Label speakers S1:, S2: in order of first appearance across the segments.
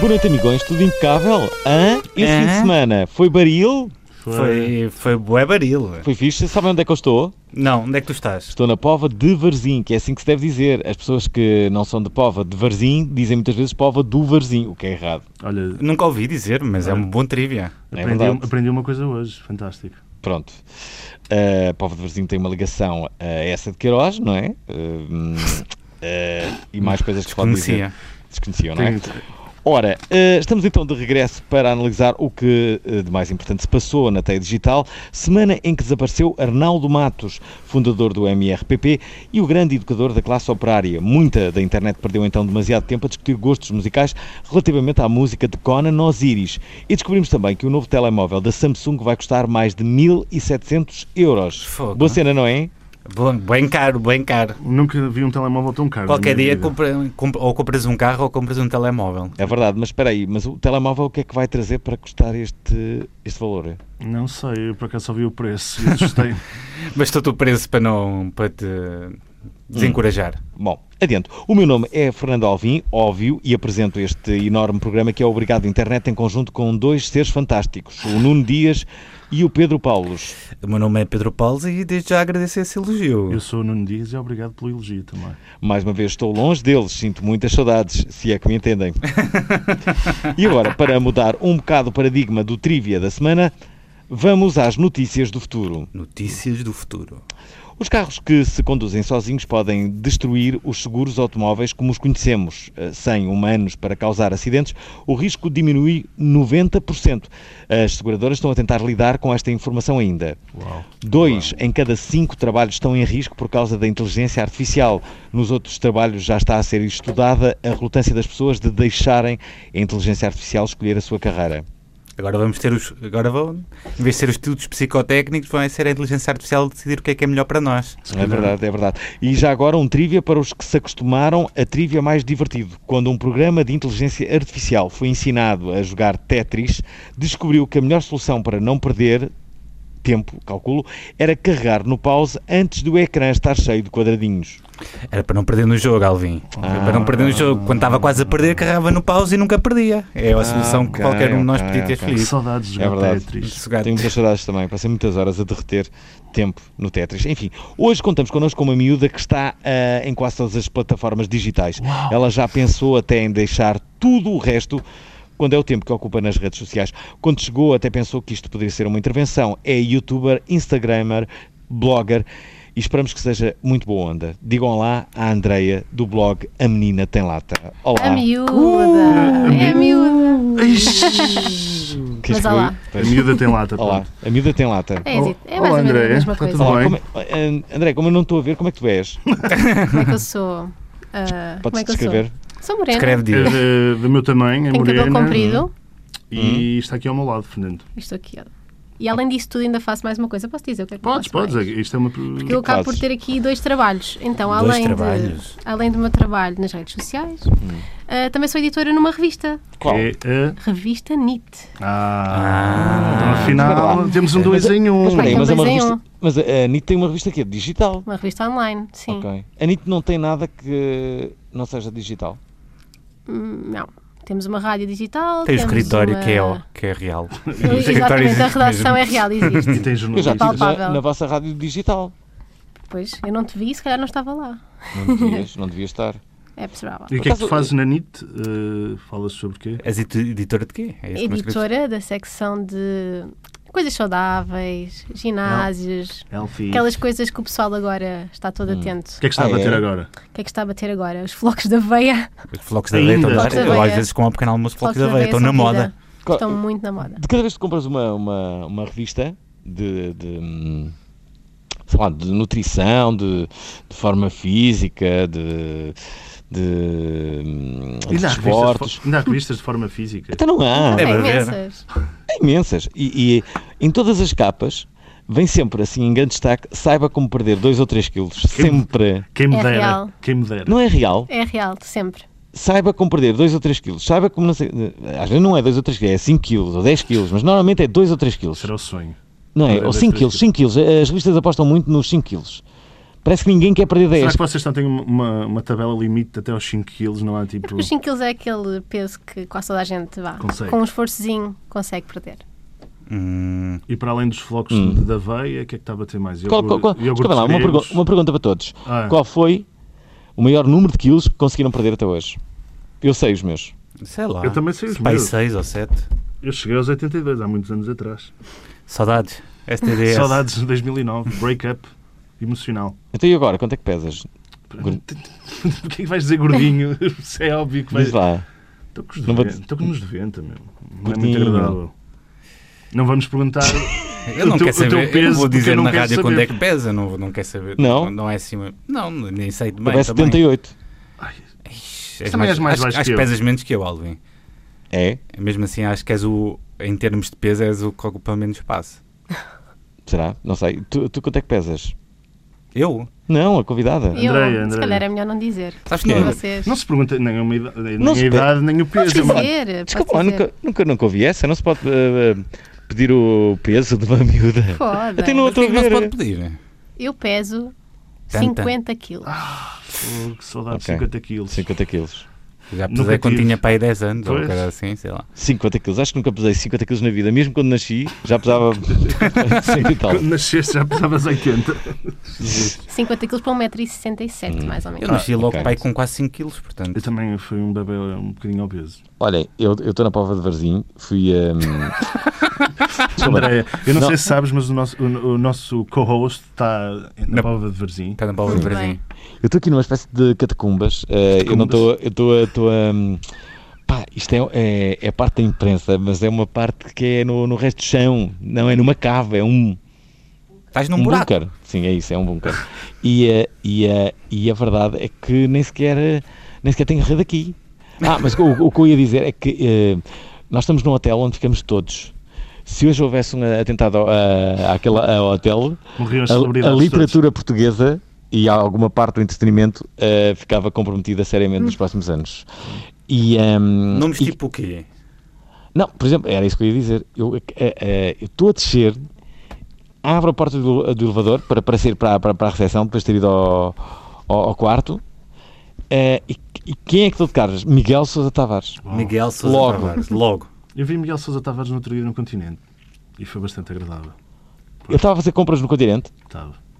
S1: Bonito, amigões, tudo impecável. Hã? Esse fim de
S2: Hã?
S1: semana foi baril,
S2: Foi, foi bué baril.
S1: foi fixe. Sabem onde é que eu estou?
S2: Não, onde é que tu estás?
S1: Estou na Pova de Varzim, que é assim que se deve dizer. As pessoas que não são de Pova de Varzim dizem muitas vezes Pova do Varzim, o que é errado.
S3: Olha,
S2: Nunca ouvi dizer, mas é um bom trivia.
S1: É
S3: aprendi,
S1: verdade.
S3: aprendi uma coisa hoje, fantástico.
S1: Pronto. Uh, Povo de Varzim tem uma ligação a essa de Queiroz, não é? Uh, hum, uh, e mais coisas que se pode dizer.
S2: Conhecia.
S1: Desconheciam, não é?
S3: Tenho-
S1: Ora, eh, estamos então de regresso para analisar o que eh, de mais importante se passou na TEI Digital, semana em que desapareceu Arnaldo Matos, fundador do MRPP e o grande educador da classe operária. Muita da internet perdeu então demasiado tempo a discutir gostos musicais relativamente à música de Conan Osiris. E descobrimos também que o novo telemóvel da Samsung vai custar mais de 1.700 euros.
S2: Fogo.
S1: Boa cena, não é?
S2: Bom, bem caro, bem caro.
S3: Nunca vi um telemóvel tão caro. na
S2: Qualquer
S3: minha
S2: dia
S3: vida.
S2: compra, compra- ou compras um carro ou compras um telemóvel.
S1: É verdade, mas espera aí, mas o telemóvel o que é que vai trazer para custar este, este valor?
S3: Não sei, eu por acaso só vi o preço e assustei.
S2: Mas estou tu preso para não para te desencorajar.
S1: Bom, adiante. O meu nome é Fernando Alvim, óbvio, e apresento este enorme programa que é Obrigado Internet em conjunto com dois seres fantásticos, o Nuno Dias e o Pedro Paulos.
S2: O meu nome é Pedro Paulo e desde já agradeço esse elogio.
S3: Eu sou o Nuno Dias e obrigado pelo elogio também.
S1: Mais uma vez estou longe deles, sinto muitas saudades, se é que me entendem. E agora, para mudar um bocado o paradigma do trivia da semana, vamos às notícias do futuro.
S2: Notícias do futuro.
S1: Os carros que se conduzem sozinhos podem destruir os seguros automóveis como os conhecemos. Eh, Sem humanos para causar acidentes, o risco diminui 90%. As seguradoras estão a tentar lidar com esta informação ainda.
S3: Uau.
S1: Dois em cada cinco trabalhos estão em risco por causa da inteligência artificial. Nos outros trabalhos já está a ser estudada a relutância das pessoas de deixarem a inteligência artificial escolher a sua carreira.
S2: Agora vamos ter os. Agora vão. Em vez de ser os estudos psicotécnicos, vai ser a inteligência artificial decidir o que é que é melhor para nós.
S3: Se
S1: É
S3: calhar-
S1: verdade, é verdade. E já agora um trivia para os que se acostumaram a trivia mais divertido. Quando um programa de inteligência artificial foi ensinado a jogar Tetris, descobriu que a melhor solução para não perder tempo, calculo, era carregar no pause antes do ecrã estar cheio de quadradinhos.
S2: Era para não perder no jogo, Alvin. Era para não perder no jogo. Quando estava quase a perder, carrava no pause e nunca perdia. É a solução que
S3: Ah,
S1: ok,
S2: qualquer um de nós
S1: ok,
S2: podia ter
S1: ok.
S3: Que
S2: escolhido.
S3: saudades de
S1: É
S3: jogar
S1: verdade.
S3: Tetris.
S2: Sogar-
S1: Tenho muitas saudades também, passei muitas horas a derreter tempo no Tetris. Enfim, hoje contamos connosco com uma miúda que está ah, em quase todas as plataformas digitais. Ela já pensou até em deixar tudo o resto quando é o tempo que ocupa nas redes sociais. Quando chegou, até pensou que isto poderia ser uma intervenção. É youtuber, instagramer, blogger e esperamos que seja muito boa onda. Digam lá à Andreia do blog A Menina Tem Lata. Olá.
S4: A É miúda. é a miúda.
S1: Queres
S4: Mas olá.
S1: que eu-
S3: A miúda tem lata.
S1: Olá.
S3: pronto.
S1: A miúda tem lata.
S4: É, Zito, é
S3: Olá,
S4: mais ou menos a
S3: Andréia.
S4: mesma
S3: Está
S4: coisa.
S3: tudo
S1: Olá,
S3: Tá bem?
S1: como é- An- André, como eu não estou a ver, como é que tu és?
S4: Como é que eu sou? Ah, como
S1: Podes
S4: é que
S1: descrever?
S4: eu sou? Sou morena.
S2: Escreve
S3: É
S2: dia.
S3: de- do meu tamanho, é
S4: Tenho
S3: morena.
S4: cabelo comprido.
S1: Hum?
S3: E está aqui ao meu lado, Fernando.
S4: Isto aqui, ó. E além disso tudo ainda faço mais uma coisa. Posso dizer o que é que eu
S3: Podes,
S4: faço
S3: podes.
S4: mais?
S3: é- Isto é uma. pro-
S4: Eu acabo por
S1: Fazes.
S4: ter aqui dois trabalhos. Então,
S2: Dois
S4: além,
S2: trabalhos?
S4: De, além do meu trabalho nas redes sociais, ah, também sou editora numa revista.
S1: Qual?
S3: É a.
S4: Revista NIT.
S3: Ah, então,
S1: espera
S3: afinal,
S1: lá.
S3: temos um dois em um.
S1: Mas, peraí,
S4: Vai,
S1: mas é uma
S4: também
S1: revista. Mas a a NIT tem uma revista que é digital.
S4: Uma revista online, sim.
S1: Ok. A NIT não tem nada que não seja digital.
S4: Hum, Não. Temos uma rádio digital.
S2: Tem o
S4: temos
S2: escritório
S4: uma-
S2: que, é, o- que é real. O escritório
S4: Exatamente, a
S2: existe
S4: redação
S2: mesmo.
S4: é real, existe.
S3: E um
S1: Eu
S3: tem
S1: já estive
S3: jornalistas.
S4: Palpável.
S1: na, na vossa rádio digital.
S4: Pois, eu não te vi, se calhar não estava lá.
S1: Não devias, não devias estar.
S4: É possível.
S3: E o
S1: Por
S3: que é que
S1: acaso-
S3: tu fazes na NIT? Eh, falas sobre o quê?
S2: És edi- editora de quê? É isso que me escreves?
S4: Editora da secção de coisas saudáveis, ginásios,
S1: É
S3: Elfie.
S4: aquelas coisas que o pessoal agora está todo atento.
S3: O que é que está
S1: Ah,
S3: a bater
S1: é?
S3: agora?
S4: O que é que está a bater agora? Os flocos da veia.
S2: Os flocos da
S3: Ainda.
S2: leite.
S3: Flocos
S4: da
S2: Eu às
S4: veia.
S2: vezes com um pequeno almoço flocos da veia. Estão
S4: são
S2: na
S4: vida.
S2: moda.
S1: Co-
S4: Estão muito na moda.
S1: De cada vez que compras uma, uma, uma revista de, de, hum, sei lá, de nutrição, de, de forma física, de, de, hum, de
S3: Ainda há, revistas, de
S1: desportos.
S3: fo- ainda há revistas de forma física.
S1: Até não há.
S4: Há
S2: É para ver.
S4: imensas.
S1: Há imensas. E, e em todas as capas vem sempre assim em grande destaque, saiba como perder 2 ou 3 quilos. Sempre.
S3: Quem me
S4: É
S3: dera.
S4: real.
S3: Quem me dera.
S1: Não é real.
S4: É real, sempre.
S1: Saiba como perder 2 ou 3 quilos. Saiba como não sei. Às vezes não é 2 ou 3 quilos, é 5 quilos ou 10 quilos, mas normalmente é 2 ou 3 quilos.
S3: Será o sonho.
S1: Não é?
S3: Não é
S1: Ou
S3: dois,
S1: 5
S3: três
S1: quilos, 5 quilos. As listas apostam muito nos 5 quilos. Parece que ninguém quer perder
S3: Será
S1: 10.
S3: que vocês não têm uma, uma tabela limite até aos 5 quilos? Não há tipo.
S4: Os 5 kg é aquele peso que quase toda a gente vá.
S3: Consegue.
S4: Com um esforçozinho consegue perder.
S2: Hum,
S3: E para além dos flocos de- da veia, o que é que está a bater mais?
S1: Hum. Qual- qual- qual-
S3: Iogurte- iogurtes
S1: Espera lá, uma,
S3: gregos?
S1: pergu- uma pergunta para todos.
S3: Ah.
S1: Qual foi o maior número de quilos que conseguiram perder até hoje? Eu sei os meus.
S2: sei lá.
S3: Eu também sei os
S2: Pai,
S3: meus.
S2: 6 ou 7.
S3: Eu cheguei aos 82, há muitos anos atrás.
S2: Saudades.
S1: É
S2: STDS.
S3: Saudades de 2009, break-up emocional.
S1: Então e agora? Quanto é que pesas? Gor-
S3: Porquê que vais dizer gordinho? Isso é óbvio que vais.
S1: Diz lá.
S3: Estou com,
S1: Não vou
S3: os
S1: dizer-
S3: Estou com uns 90, meu. Não é muito
S1: Gordinho.
S3: agradável. Não vamos perguntar.
S2: Eu não quero
S3: O teu- o teu
S2: saber. eu não
S3: peso,
S2: vou
S3: porque
S2: dizer
S3: eu não
S2: na
S3: quero
S2: rádio
S3: saber.
S2: quando é que pesa. Não, vou- não quero saber.
S1: Não?
S2: Não, é assim. Não, nem sei de
S1: Eu
S2: bem.
S1: peso
S2: também.
S1: 78.
S2: Ixi, és
S3: Também és mais
S2: acho-
S3: baixo
S2: acho
S3: que eu.
S2: pesas menos que eu, Alvin.
S1: É?
S2: Mesmo assim, acho que és o. Em termos de peso, és o que ocupa menos espaço.
S1: Será? Não sei. Tu, tu quanto é que pesas?
S2: Eu?
S1: Não, a convidada.
S4: E eu,
S3: Andreia,
S4: se
S3: Andreia.
S4: calhar é melhor não dizer.
S2: Sabes
S1: Quem?
S2: que
S1: É.
S4: Vocês.
S3: Não é se pergunta nem, uma idade, nem
S1: Não
S3: a
S1: se pe-
S3: idade, nem o
S4: Podes
S3: peso. mano.
S4: dizer. podes
S1: Desculpa, lá,
S4: dizer.
S1: nunca, nunca, nunca ouvi essa. Não se pode eh, eh, pedir o peso de uma miúda.
S4: Podem.
S1: Até não
S2: Mas
S1: estou a
S2: porquê que não se
S1: ver.
S3: é.
S2: pode pedir. né?
S4: Eu peso
S2: Tanta.
S4: 50 quilos.
S3: Ah. Fogo, Oh, que saudade de
S1: Ok.
S3: 50 quilos.
S1: 50 quilos.
S2: Já
S3: Nunca
S2: pesei quando
S3: tive.
S2: tinha pai 10 anos ou
S3: Pois.
S2: coisa assim, sei lá.
S1: 50 quilos. Acho que nunca pesei 50 quilos na vida. Mesmo quando nasci, já pesava 100 e tal.
S3: Quando nasceste já pesavas 80.
S4: 50 quilos para 1,67m, mais ou
S2: Eu
S4: menos.
S2: nasci logo
S1: ok.
S2: pai com quase 5 quilos, portanto.
S3: Eu também fui um bebê um bocadinho obeso.
S1: Olha, eu estou na prova de Varzim. Fui ehm, a.
S3: Andréia, eu não,
S1: Não.
S3: sei se sabes, mas o nosso, o, o nosso co-host está na,
S2: Na-
S3: Póvoa de Varzim.
S1: Tá.
S2: Está tá na bola do
S4: Muito
S2: Brasil.
S4: bem.
S1: Eu estou aqui numa espécie de catacumbas. eh, eu não estou. Eu estou a. hum, Pá, isto é, é, é parte da imprensa, mas é uma parte que é no, no resto do chão, não é numa cava, é um,
S2: Estás num
S1: um
S2: buraco.
S1: bunker. Sim, é isso, é um bunker. E, eh, e, eh, e a verdade é que nem sequer, eh, nem sequer tenho rede aqui. Ah, mas o, o que eu ia dizer é que eh, nós estamos num hotel onde ficamos todos. Se hoje houvesse um eh, atentado ah, àquele ah, hotel,
S3: Morriam as
S1: a, a
S3: celebridades.
S1: literatura portuguesa e alguma parte do entretenimento eh, ficava comprometida seriamente nos próximos anos. E, ehm,
S2: Nomes
S1: e-
S2: tipo o quê?
S1: Não, por exemplo, era isso que eu ia dizer. Eu eh, eh, eu estou a descer, abro a porta do, do elevador para, para sair para, para, para a recepção, depois de ter ido ao, ao- ao quarto. eh, e, e quem é que estou de caras? Miguel Sousa Tavares.
S2: Miguel Sousa
S1: Logo.
S2: Tavares. Logo.
S3: todos. Eu vi Miguel Sousa Tavares no outro dia no continente e foi bastante agradável. Tá.
S1: Eu estava a fazer compras no continente.
S3: Estava.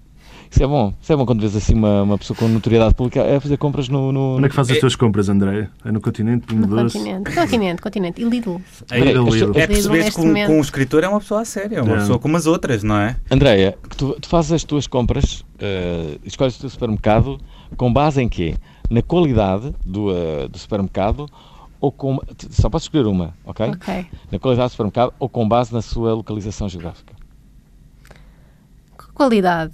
S1: Isso é bom. Isso é bom quando vês assim uma, uma pessoa com notoriedade pública a fazer compras no. no-
S3: Onde é que fazes
S2: É-
S3: as tuas compras, Andréia? É no continente, Pingo
S4: No
S3: Doce?
S4: continente. Continente, continente. E Lidl.
S1: Espera aí,
S3: Little
S1: as tu-
S3: Little.
S2: É
S4: Lidl
S2: perceber
S4: neste
S2: que um, que um
S4: momento.
S2: escritor é uma pessoa a sério, é uma
S3: É.
S2: pessoa como as outras, não é?
S1: Andréia, tu, tu fazes as tuas compras, eh, escolhes o teu supermercado com base em quê? Na qualidade do, eh, do supermercado ou com. t- Só podes escolher uma, ok?
S4: Ok.
S1: Na qualidade do supermercado um ou com base na sua localização geográfica?
S4: Que Qualidade.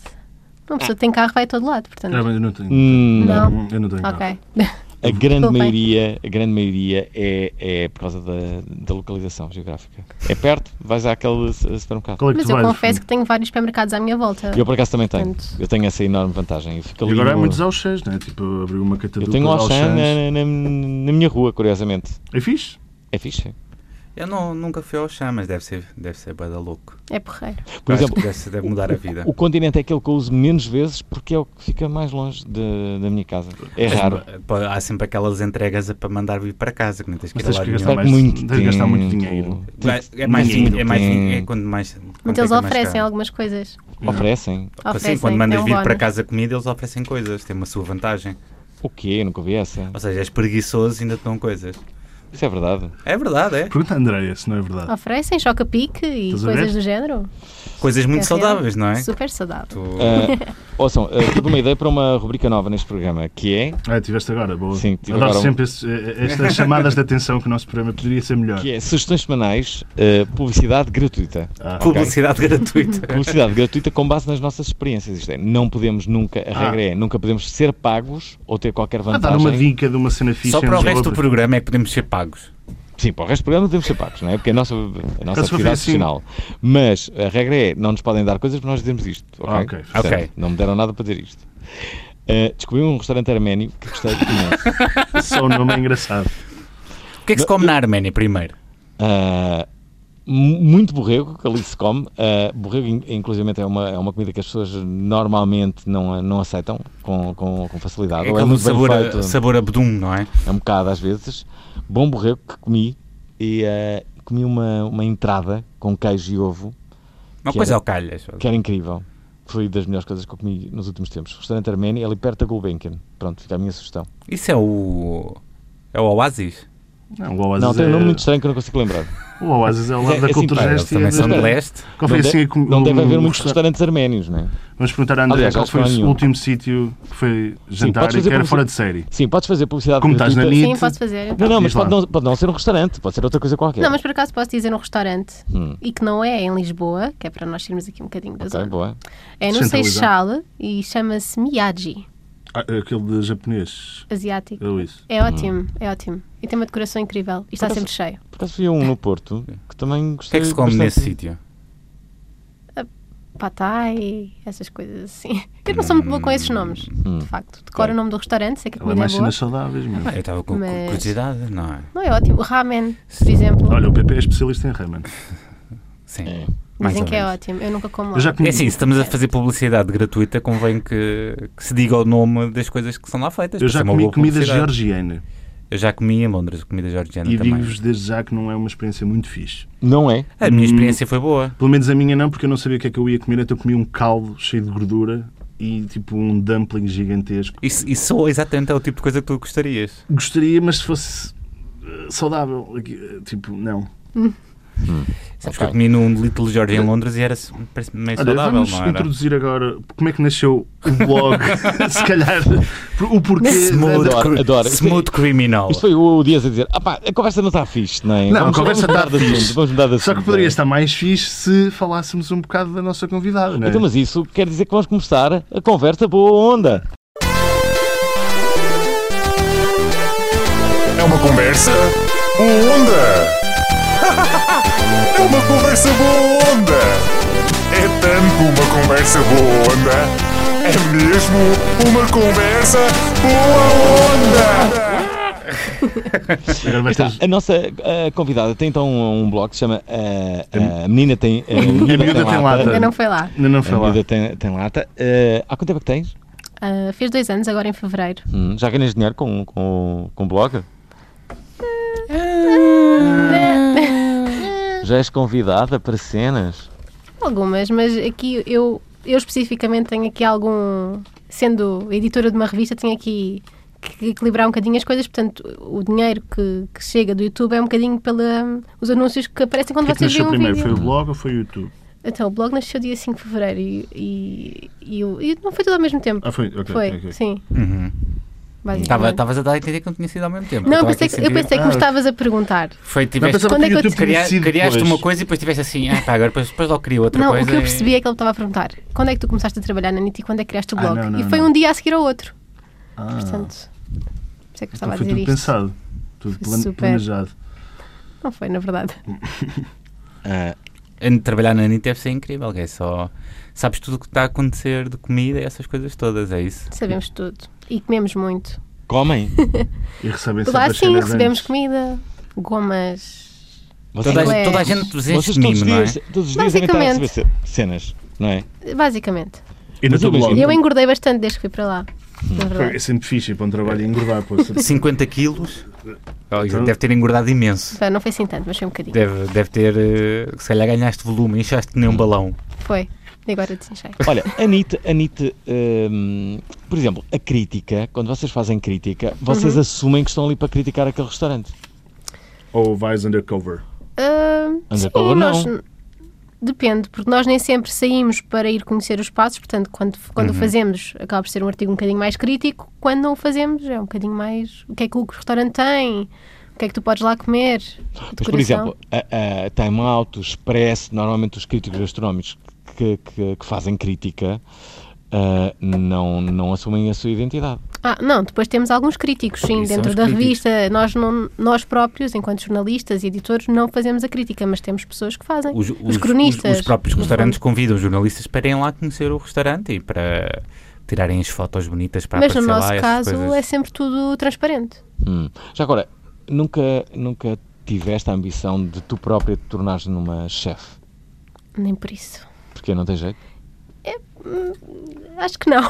S4: Uma pessoa que tem carro vai a todo lado, portanto.
S3: Ah, mas eu não tenho.
S1: Hum,
S4: Não.
S3: Eu não tenho. nada.
S4: Ok.
S1: A grande
S4: Desculpem.
S1: maioria, a grande maioria é, é por causa da, da localização geográfica. É perto, vais àquele su- supermercado.
S3: Qual é que
S4: Mas
S3: tu
S4: eu
S3: vais?
S4: confesso que tenho vários supermercados à minha volta.
S1: um Eu por acaso também tenho.
S4: Portanto.
S1: Eu tenho essa enorme vantagem. Eu, fico
S3: E
S1: ali
S3: agora há
S1: no-
S3: muitos Auxãs, não é? Tipo, abriu uma
S1: Eu
S3: catadupa de
S1: tenho um Auchan
S3: Auxãs.
S1: na, na- na minha rua, curiosamente.
S3: É fixe?
S1: É fixe.
S2: Eu não, nunca fui ao chá, mas deve ser, deve ser bada louco.
S4: É porreiro.
S1: Por
S2: Acho
S1: exemplo,
S2: que deve, ser- deve mudar a vida.
S1: O continente é aquele que eu uso menos vezes porque é o que fica mais longe de- da minha casa. É raro.
S2: Pá, Há sempre aquelas entregas a- para mandar vir para casa, que não tens que
S3: Mas
S2: ir a
S3: tens
S2: lado
S3: que
S2: nenhum.
S3: gastar
S1: Claro
S3: mais-
S1: que muito
S3: deve gastar muito
S1: tempo.
S3: dinheiro.
S2: É, é mais,
S3: Dinheiro.
S2: é mais é
S1: Tem-
S2: quando mais. Quando é
S4: Mas eles
S2: que é mais
S4: oferecem
S2: caro.
S4: algumas coisas.
S1: Oferecem.
S4: Oferecem,
S2: Sim, quando mandas
S4: é um
S2: vir para
S4: bónus.
S2: casa comida, eles oferecem coisas, tem uma sua vantagem.
S1: O quê? Eu nunca vi essa.
S2: Ou seja, és preguiçoso e ainda te dão coisas.
S1: Isso é verdade.
S2: É verdade, é.
S3: Pergunta à Andreia se não é
S4: Ah,
S3: verdade.
S4: Oferecem choca-pique e
S3: Estás a
S4: coisas
S3: ver?
S4: do género.
S2: Coisas muito
S4: Carreira.
S2: saudáveis, não é?
S4: Super saudável.
S2: Tu-
S1: Ah, ouçam, ah, tive uma ideia para uma rubrica nova neste programa, que é.
S3: Ah, tiveste agora, boa.
S1: Sim, tive
S3: Adoro
S1: agora um-
S3: sempre esse- eh, estas chamadas de atenção que o nosso programa poderia ser melhor.
S1: Que é sugestões semanais, ah, publicidade gratuita.
S3: Ah,
S2: Publicidade gratuita.
S1: Publicidade gratuita com base nas nossas experiências. Isto é, não podemos nunca, a
S3: Ah.
S1: regra é, nunca podemos ser pagos ou ter qualquer
S3: a
S1: vantagem.
S3: dar uma Ah, tá dica de uma cena fixe.
S2: Só
S3: em
S2: para o resto do
S3: Lisboa.
S2: programa é que podemos ser pagos.
S1: Sim, para o resto do programa podemos ser pagos, não é? Porque é a nossa, a nossa
S3: Eu
S1: atividade
S3: sou assim.
S1: profissional. Mas a regra é, não nos podem dar coisas, mas nós dizemos isto. Ok,
S3: Ah, ok.
S1: Portanto,
S2: Ok.
S1: Não me deram nada para dizer isto. Ah, descobri um restaurante arménio que gostei imenso.
S3: Só o nome é engraçado.
S2: O que é que se come na Arménia primeiro?
S1: Ah, mu- muito borrego que ali se come. Ah, borrego, in- inclusive, é uma, é uma comida que as pessoas normalmente não, a- não aceitam com, com, com
S2: É
S1: facilidade. Ou é
S2: aquele
S1: muito bem
S2: sabor
S1: feito.
S2: a, sabor a bedum, não é?
S1: é um bocado às vezes. Bom borrego que comi e eh, comi uma, uma entrada com queijo e ovo
S2: Uma
S1: Que é?
S2: coisa
S1: era-
S2: ao calhas.
S1: que era incrível. Foi das melhores coisas que eu comi nos últimos tempos. Restaurante arménio, ali perto da Gulbenkian. Pronto, fica a minha sugestão.
S2: Isso é o. É o Oasis.
S3: Não, o Oasis
S1: não, tem
S3: é...
S1: um nome muito estranho que eu não consigo lembrar.
S3: O Oasis é ao lado
S1: É-
S3: da
S1: é
S3: cultura
S1: simpático,
S2: Eles
S3: gesta e
S2: também
S3: é
S2: são
S3: da-
S2: do leste.
S3: Qual foi
S1: não
S3: assim
S1: de-
S3: a com-
S2: um
S1: não
S3: o-
S1: deve haver
S3: o
S1: muitos
S3: restaurante-
S1: restaurantes arménios, não é?
S3: Vamos perguntar à André
S1: Aliás,
S3: qual
S1: acho
S3: foi
S1: que não há
S3: o
S1: nenhum.
S3: último sítio que foi jantar
S1: podes
S3: e
S1: fazer
S3: que era
S1: publici-
S3: fora de série.
S1: Sim, podes fazer publicidade
S3: Como estás na
S1: gratuita.
S3: minha-
S4: Sim,
S3: It-
S4: posso fazer. então.
S1: Não, não,
S3: Diz
S1: mas
S3: lá.
S1: pode não, pode não ser um restaurante, pode ser outra coisa qualquer.
S4: Não, mas por acaso posso dizer um restaurante
S1: Hum.
S4: e que não é em Lisboa, que é para nós irmos aqui um bocadinho da
S1: Ok,
S4: zona.
S1: boa.
S4: É no
S3: Centralizado.
S4: Seixal e chama-se Miyagi,
S3: Ah, aquele de japonês.
S4: asiático.
S3: É isso.
S4: É ótimo, é ótimo. E tem uma decoração incrível. E está
S1: Por
S4: sempre cheio.
S1: Por acaso fui a um no Porto que também
S2: O que
S1: gostei
S2: é que se come
S1: bastante.
S2: nesse sítio?
S4: Patai, essas coisas assim. Eu não sou muito boa com esses nomes, de facto. Decoro
S1: Ok.
S4: o nome do restaurante, sei que a
S3: Ela é
S4: comida é
S3: mais
S4: boa.
S3: cenas saudáveis mesmo.
S2: Ah, eu estava com com
S4: Mas-
S2: curiosidade, não é?
S4: Não é ótimo. O ramen, por exemplo,
S3: Olha, o PP é especialista em ramen.
S2: Sim.
S1: É.
S2: mais
S4: dizem
S2: ou
S4: que é
S2: menos.
S4: ótimo. Eu nunca como lá.
S3: Eu já
S2: É
S3: conheci.
S2: assim, se estamos a fazer publicidade gratuita, convém que, que se diga o nome das coisas que são lá feitas.
S3: Eu
S2: para
S3: já
S1: é
S2: ser uma
S3: comi
S2: boa
S3: comida
S2: publicidade.
S3: georgiana
S2: Eu já comi em Londres comida georgiana
S3: e
S2: também.
S3: digo-vos hum. desde já que não é uma experiência muito fixe.
S1: Não é?
S2: A minha experiência foi boa.
S3: Pelo menos a minha não, porque eu não sabia o que é que eu ia comer, então eu comi um caldo cheio de gordura e tipo um dumpling gigantesco.
S2: Isso, isso soa exatamente é o tipo de coisa que tu gostarias.
S3: Gostaria, mas se fosse eh, saudável, eh, tipo, não.
S1: Ok.
S2: Sabes que eu comi num Little George em Londres e era parece meio
S3: Olha,
S2: saudável,
S3: vamos
S2: não era?
S3: introduzir agora como é que nasceu o blog, se calhar, o porquê.
S2: Smooth,
S1: Adoro,
S2: cri-
S1: adoro.
S2: smooth Criminal.
S1: Isto foi o Dias a dizer: ah pá, a conversa não está fixe, não é?
S3: Não, a
S1: vamos
S3: conversa está
S1: mudar de
S3: fixe.
S1: assunto, Vamos mudar de
S3: Só que
S1: assunto,
S3: poderia
S1: é.
S3: estar mais fixe se falássemos um bocado da nossa convidada, não é?
S1: Então, mas isso quer dizer que vamos começar a conversa boa onda.
S5: É uma conversa boa onda. É uma conversa boa onda. É tanto uma conversa boa onda. É mesmo uma conversa boa onda.
S3: Agora vais
S1: Está,
S3: ter-
S1: a nossa eh, convidada tem então um blog que se chama eh, A Menina Tem, eh, a miúda
S3: Miúda Tem Lata.
S4: Ainda não foi lá.
S3: Ainda não foi
S1: A
S3: lá.
S1: Miúda tem, tem lata. Eh, há quanto tempo é que tens?
S4: Ah, fez dois anos, agora em fevereiro.
S1: Hum, já ganhas dinheiro com, com, com blog? Já és convidada para cenas?
S4: Algumas, mas aqui eu, eu especificamente tenho aqui algum. Sendo editora de uma revista, tenho aqui que equilibrar um bocadinho as coisas, portanto, o dinheiro que, que chega do YouTube é um bocadinho pelos anúncios que aparecem
S3: O
S4: quando
S3: que é que
S4: vocês veem
S3: nasceu
S4: um
S3: primeiro?
S4: vídeo.
S3: Foi o blog ou foi o YouTube?
S4: Então, o blog nasceu dia 5 de fevereiro e, e, e o- e não foi tudo ao mesmo tempo.
S3: Ah, foi? Ok,
S4: foi,
S3: ok.
S4: sim.
S2: Uhum.
S4: basicamente.
S2: Estava- Estavas a dar a entender que não tinha sido ao mesmo tempo.
S4: Não, eu
S2: Estava
S4: pensei,
S2: aqui
S4: que,
S2: a
S4: eu
S2: sentir-
S4: pensei que
S3: Ah,
S4: me estavas a perguntar.
S2: Foi,
S3: Não
S2: tiveste,
S3: pensava
S4: Quando
S3: que
S4: é
S3: o
S4: que eu
S3: YouTube
S4: te-
S3: tinha
S2: criar-
S3: sido
S2: criaste
S3: depois.
S2: uma coisa e depois tiveste assim, ah pá, agora depois, depois logo queria outra
S4: não,
S2: coisa.
S4: o que eu
S2: e-
S4: percebi é que ele estava a perguntar quando é que tu começaste a trabalhar na NIT e quando é que criaste o
S3: Ah,
S4: blog.
S3: não, não,
S4: e foi
S3: não.
S4: um dia a seguir ao outro.
S3: Ah,
S4: Portanto, por isso é que eu
S3: então
S4: estava a
S3: foi
S4: dizer
S3: tudo
S4: isto.
S3: pensado. Tudo
S4: Foi
S3: plane-
S4: super.
S3: planejado.
S4: Não foi, na verdade.
S1: Ah,
S2: An- Trabalhar na NIT deve ser incrível, que é só. Sabes tudo o que está a acontecer de comida e essas coisas todas, é isso?
S4: Sabemos tudo. E comemos muito.
S1: comem?
S3: E recebem sempre
S4: Lá
S3: as
S4: sim,
S3: cenas
S4: recebemos
S3: antes.
S4: comida, gomas.
S1: Vocês,
S2: Toda a,
S4: Sim,
S2: toda a
S4: é.
S2: gente presente
S1: vocês todos,
S2: mimo,
S1: os
S2: não é?
S1: dias, todos os dias devem estar a receber
S4: Basicamente.
S1: ce- cenas, não é?
S4: Basicamente.
S3: E no
S1: Mas
S3: teu
S1: imagina-
S3: blog?
S4: E eu engordei bastante desde que fui para lá.
S3: Foi- É
S4: Na verdade.
S3: sempre fixe ir para um trabalho e engordar. Pô.
S2: 50 quilos. Oh,
S3: Então-
S2: Deve ter engordado imenso.
S4: Bem, Não foi assim tanto, mas foi um bocadinho.
S2: Deve, deve ter. eh, se calhar ganhaste volume, inchaste que nem um balão.
S4: Foi. E agora desenchei.
S1: Olha, a NIT, a NIT, hum, por exemplo, a crítica, quando vocês fazem crítica, vocês assumem que estão ali para criticar aquele restaurante.
S3: Ou vais undercover?
S4: Ah,
S2: é
S1: Undercover
S4: sim,
S1: não.
S4: nós- Depende, porque nós nem sempre saímos para ir conhecer os espaços, portanto, quando,
S2: Uhum.
S4: quando o fazemos, acaba por ser um artigo um bocadinho mais crítico. Quando não o fazemos, é um bocadinho mais. O que é que o restaurante tem? O que é que tu podes lá comer?
S1: Mas,
S4: Decoração.
S1: por exemplo, a, a Time Out, o Expresso, normalmente os críticos gastronómicos que, que- que fazem crítica ah, não, não assumem a sua identidade.
S4: Ah, não, depois temos alguns críticos, sim,
S2: Isso, é são
S4: dentro
S2: os
S4: da
S2: críticos.
S4: revista. Nós, não, nós próprios, enquanto jornalistas e editores, não fazemos a crítica, mas temos pessoas que fazem.
S2: Os,
S4: Os,
S2: os-
S4: cronistas.
S2: os- os próprios
S4: no
S2: restaurantes
S4: fundo.
S2: convidam os jornalistas para irem lá conhecer o restaurante e para tirarem as fotos bonitas para
S4: Mas no
S2: aparecer
S4: nosso
S2: lá. essas
S4: caso
S2: coisas.
S4: é sempre tudo transparente.
S1: Hum. Já agora, nunca, nunca tiveste a ambição de tu própria te tornares numa chefe?
S4: Nem por isso.
S1: Porque não tem jeito?
S4: Acho que não.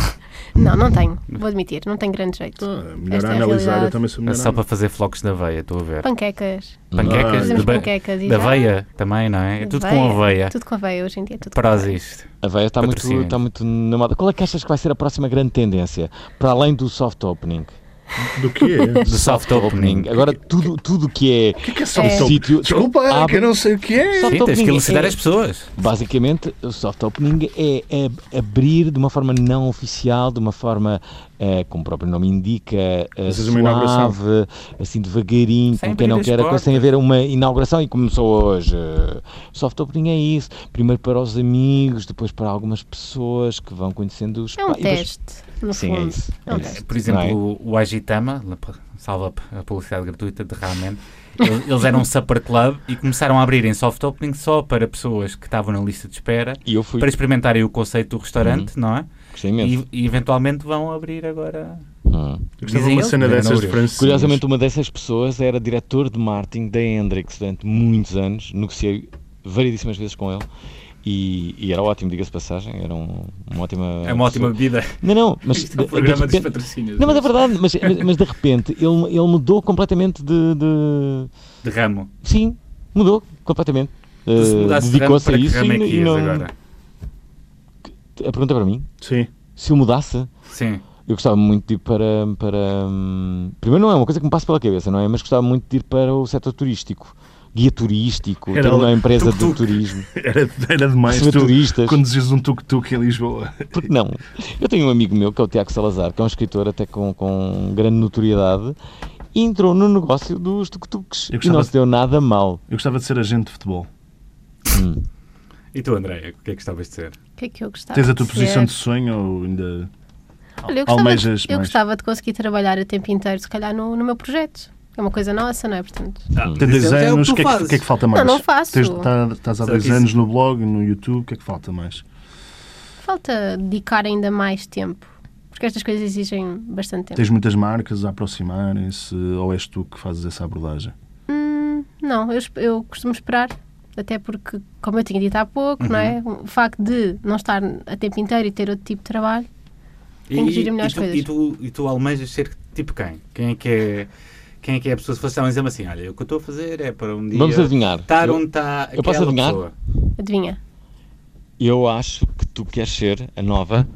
S4: não, não tenho. Vou admitir, não tenho grande jeito.
S3: Ah, melhor
S4: Esta é
S3: a analisar,
S4: a
S3: eu
S4: realidade.
S3: também sou
S2: É
S3: melhor.
S2: Só
S3: a-
S2: para fazer flocos da aveia, estou a ver.
S4: Panquecas.
S3: Ah,
S2: Panquecas,
S4: Fazemos
S2: de ba-
S4: panquecas e
S2: da
S4: já.
S2: aveia também, não é? É tudo com aveia.
S4: Tudo com aveia hoje em dia. é Tudo com aveia.
S2: Prozis.
S1: A veia está muito,
S2: Patrocínio.
S1: está muito na moda. Qual é que achas que vai ser a próxima grande tendência? Para além do soft opening.
S3: Do quê? O
S2: Do soft opening.
S1: Agora, tudo tudo que é
S3: que é que é soft opening?
S1: sítio-
S3: Desculpa, é
S1: abre-
S3: que eu não sei o que é.
S1: Soft
S2: Sim, tens que
S1: opening
S2: elucidar
S1: é-
S2: as pessoas.
S1: Basicamente, o soft opening é, é abrir de uma forma não oficial, de uma forma, eh, como o próprio nome indica, eh,
S3: Mas és uma inauguração.
S1: suave, assim devagarinho,
S2: Sem
S1: com quem não
S2: abrir as
S1: quer a coisa, sem
S2: portas.
S1: haver uma inauguração e começou hoje. Soft opening é isso. Primeiro para os amigos, depois para algumas pessoas que vão conhecendo os
S4: É um
S1: pa- e depois-
S4: teste, no
S1: Sim,
S4: fundo.
S1: é isso.
S4: É um
S1: é
S4: teste.
S1: isso.
S2: Por exemplo,
S1: Não é?
S2: o- o Agitama, lá pa- salva a publicidade gratuita de Ramen, eles eles eram um supper club e começaram a abrir em soft opening só para pessoas que estavam na lista de espera
S1: E eu fui.
S2: para experimentarem o conceito do
S1: Uhum.
S2: restaurante, não é?
S1: Gostei imenso.
S2: E, e eventualmente vão abrir agora.
S1: Hum.
S3: Eu gostava de
S2: Dizem
S3: uma
S2: eles,
S3: cena
S2: mas eu É, não
S3: dessas
S2: abri.
S3: francesas.
S1: Curiosamente, uma dessas pessoas era diretor de marketing da Hendrix durante muitos anos, negociei variedíssimas vezes com ele e, e era ótimo, diga-se de passagem, era um, uma ótima.
S2: É uma ótima bebida.
S1: pessoa. Não, não, mas.
S2: Isto é o programa dos
S1: repente-
S2: patrocínios.
S1: Não, mas é verdade, mas, mas- mas de repente ele, ele mudou completamente de. de-
S2: De ramo.
S1: Sim, mudou completamente.
S2: Tu se
S1: Eh,
S2: mudasse de ramo,
S1: Dedicou-se
S2: para
S1: a
S2: que
S1: isso.
S2: ramo é
S1: E,
S2: que
S1: e
S2: ias
S1: não...
S2: agora?
S1: A pergunta é para mim:
S3: Sim.
S1: se eu mudasse,
S2: Sim.
S1: eu gostava muito de ir para, para. hum, Primeiro, não é uma coisa que me passa pela cabeça, não é? Mas gostava muito de ir para o setor turístico. Guia turístico,
S3: Era
S1: ter uma
S3: o
S1: empresa de
S3: tuk-tuk.
S1: turismo,
S3: Era, era demais
S1: receber
S3: tu
S1: turistas.
S3: conduzires um tuk-tuk em Lisboa.
S1: Porque não? Eu tenho um amigo meu, que é o Tiago Salazar, que é um escritor até com, com grande notoriedade, e entrou no negócio dos tuk-tuks.
S3: Eu
S1: E não
S3: gostava-
S1: se deu nada mal.
S3: Eu gostava de ser agente de futebol.
S2: E tu, Andréia, o que é que gostavas de ser?
S4: O que é que eu gostava?
S3: Tens a tua
S4: de
S3: posição de
S4: ser?
S3: sonho ou ainda.
S4: Olha, eu gostava,
S3: Almejas
S4: eu
S3: mais.
S4: gostava de conseguir trabalhar o tempo inteiro, se calhar, no, no meu projeto. É uma coisa nossa, não é? Portanto,
S3: Tem
S2: Isso
S3: 10
S2: é o que
S3: anos,
S2: tu
S3: o que, é que,
S2: fazes.
S3: o que é que falta mais?
S4: não faço.
S3: Tens- tá- Estás há
S2: Só
S3: 10
S2: que isso-
S3: anos no blog, no YouTube, o que é que falta mais?
S4: falta dedicar ainda mais tempo. Porque estas coisas exigem bastante tempo.
S3: Tens muitas marcas a aproximarem-se ou és tu que fazes essa abordagem?
S4: Hum, não, eu, esp- eu costumo esperar. Até porque, como eu tinha dito há pouco, não é?
S1: Uhum.
S4: O facto de não estar a tempo inteiro e ter outro tipo de trabalho. Tem que gerir melhor
S2: e,
S4: as
S2: tu,
S4: coisas.
S2: e, tu, e tu almejas ser tipo quem? Quem é que é, quem é, que é a pessoa? Se fosse dar um exemplo assim, olha, o que eu estou a fazer é para um dia
S1: Vamos adivinhar.
S2: estar
S1: Eu-
S2: onde está
S1: eu posso
S2: aquela
S1: adivinhar?
S2: pessoa.
S4: Adivinha?
S1: Eu acho que tu queres ser a nova.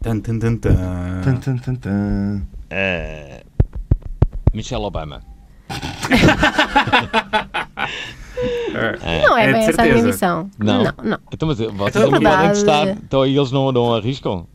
S2: Tan, tan, tan, tan.
S3: Tan, tan, tan, tan.
S1: eh, Michelle Obama.
S4: Não é,
S2: é de
S4: bem essa a minha
S2: certeza.
S4: missão.
S1: Não?
S4: não. não.
S1: Então, mas vocês
S2: Então é
S1: não podem
S4: verdade.
S1: testar. Então aí eles não, não arriscam?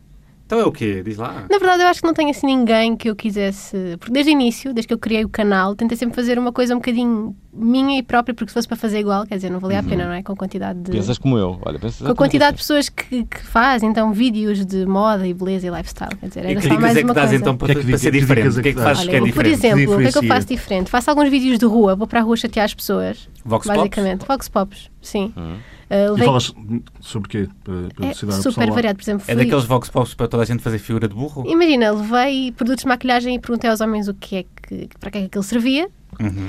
S2: Então é o quê? Diz lá.
S4: Na verdade, eu acho que não tenho assim ninguém que eu quisesse. Porque desde o início, desde que eu criei o canal, tentei sempre fazer uma coisa um bocadinho minha e própria, porque se fosse para fazer igual, quer dizer, não valia a pena, não é? Com a quantidade de.
S1: Uhum. Pensas como eu. Olha, pensas assim.
S4: Com a quantidade de pessoas que, que fazem, então, vídeos de moda e beleza e lifestyle. Quer dizer,
S2: E
S4: era
S2: que
S4: só
S2: dicas
S4: mais
S2: é
S4: uma
S2: que dás
S4: coisa.
S2: então para,
S3: Que é que
S2: para ser
S3: dicas- que dicas
S2: diferente? O
S3: é
S2: que é que
S3: que
S2: fazes
S4: Olha,
S2: que é
S4: eu, por
S2: diferente?
S4: exemplo, o que é que eu
S3: Diferencia.
S4: faço diferente? Faço alguns vídeos de rua, vou para a rua chatear as pessoas,
S2: Vox Pops?
S4: basicamente. Vox Pops, sim. Uh,
S3: E
S4: levei-
S3: falas sobre quê? Para, para
S4: é
S3: elucidar a pessoa
S4: super
S3: lá.
S4: variado, por exemplo.
S2: É
S4: fui-
S2: daqueles vox pops para toda a gente fazer figura de burro?
S4: Imagina, levei produtos de maquilhagem e perguntei aos homens o que é que, para que é que aquilo servia.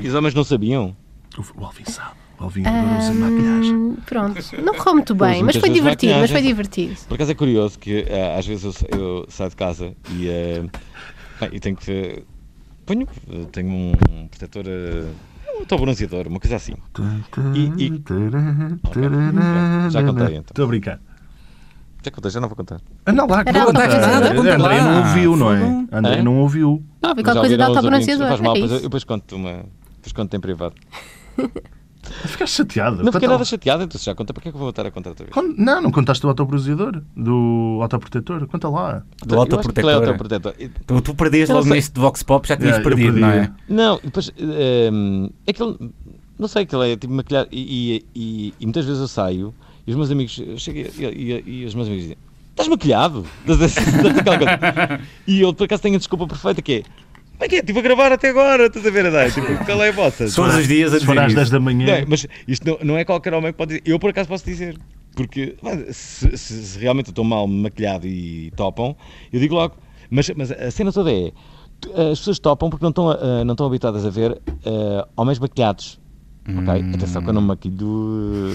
S1: E os homens não sabiam?
S3: O, o Alvin sabe. O Alvin adora usar maquilhagem.
S4: Hum, Pronto, não correu muito bem,
S1: Uso
S4: mas
S1: muitas
S4: foi
S1: vezes
S4: divertido, mas foi
S1: maquilhagem.
S4: divertido.
S1: Por acaso é curioso que eh, às vezes eu, sa- eu saio de casa e, eh, bem, e tenho que. eh, Ponho, eh, tenho um protetor. eh, um autobronzeador, uma coisa assim. E- e- Ok, pronto, Já contei então.
S3: Estou a brincar.
S1: Já contei, já não vou contar.
S3: Anda lá,
S4: Era
S3: conta.
S4: alguma coisa- assim, né?
S2: Nada, conta
S3: André
S2: lá.
S3: não ouviu, não
S2: Fogo.
S3: é? André
S1: É?
S3: não ouviu.
S4: Não, vi
S1: Mas já
S4: qualquer coisa de
S1: ouviram os ouvintes,
S4: autobronzeador.
S1: Faz mal,
S4: é
S1: depois
S4: isso.
S1: eu depois conto uma. Depois conto em privado.
S3: Ficaste chateado. Tá
S1: Não fiquei
S3: Conta-
S1: nada chateado, então se já conta, para que é que eu vou voltar a contar outra vez?
S3: Con- Não, não contaste do autoprotetor, do autoprotetor. Conta lá.
S1: Eu
S2: Do
S1: acho que ele é
S2: autoprotetor.
S1: autoprotetor. E-
S2: Tu, tu perdeste
S1: Eu não
S2: logo
S1: sei.
S2: neste Vox Pop, já tinhas
S3: Yeah, eu
S2: perdido,
S3: perdi.
S2: não é?
S1: Não, e depois. ehm, aquele. Não sei, aquilo é tipo maquilhar. E, e, e- e muitas vezes eu saio e os meus amigos. eu chego e, e- e os meus amigos dizem: Estás maquilhado? Estás assim, estás aquela coisa. E eu por acaso tenho a desculpa perfeita que é. Como é que é? Estive a gravar até agora, estás a ver a dar? Tipo, qual é a vossa?
S2: Todos os dias a
S3: Se for às
S2: dizer
S3: 10
S2: isso.
S3: da
S1: Não,
S3: manhã.
S1: é, mas isto não, não é qualquer homem que pode dizer. Eu por acaso posso dizer. Porque pá, se, se- se realmente eu estou mal maquilhado e topam, eu digo logo. Mas, mas a cena toda é. tu- As pessoas topam porque não estão, ah, não estão habituadas a ver ah, homens maquilhados. ok? Atenção que eu não me maquilho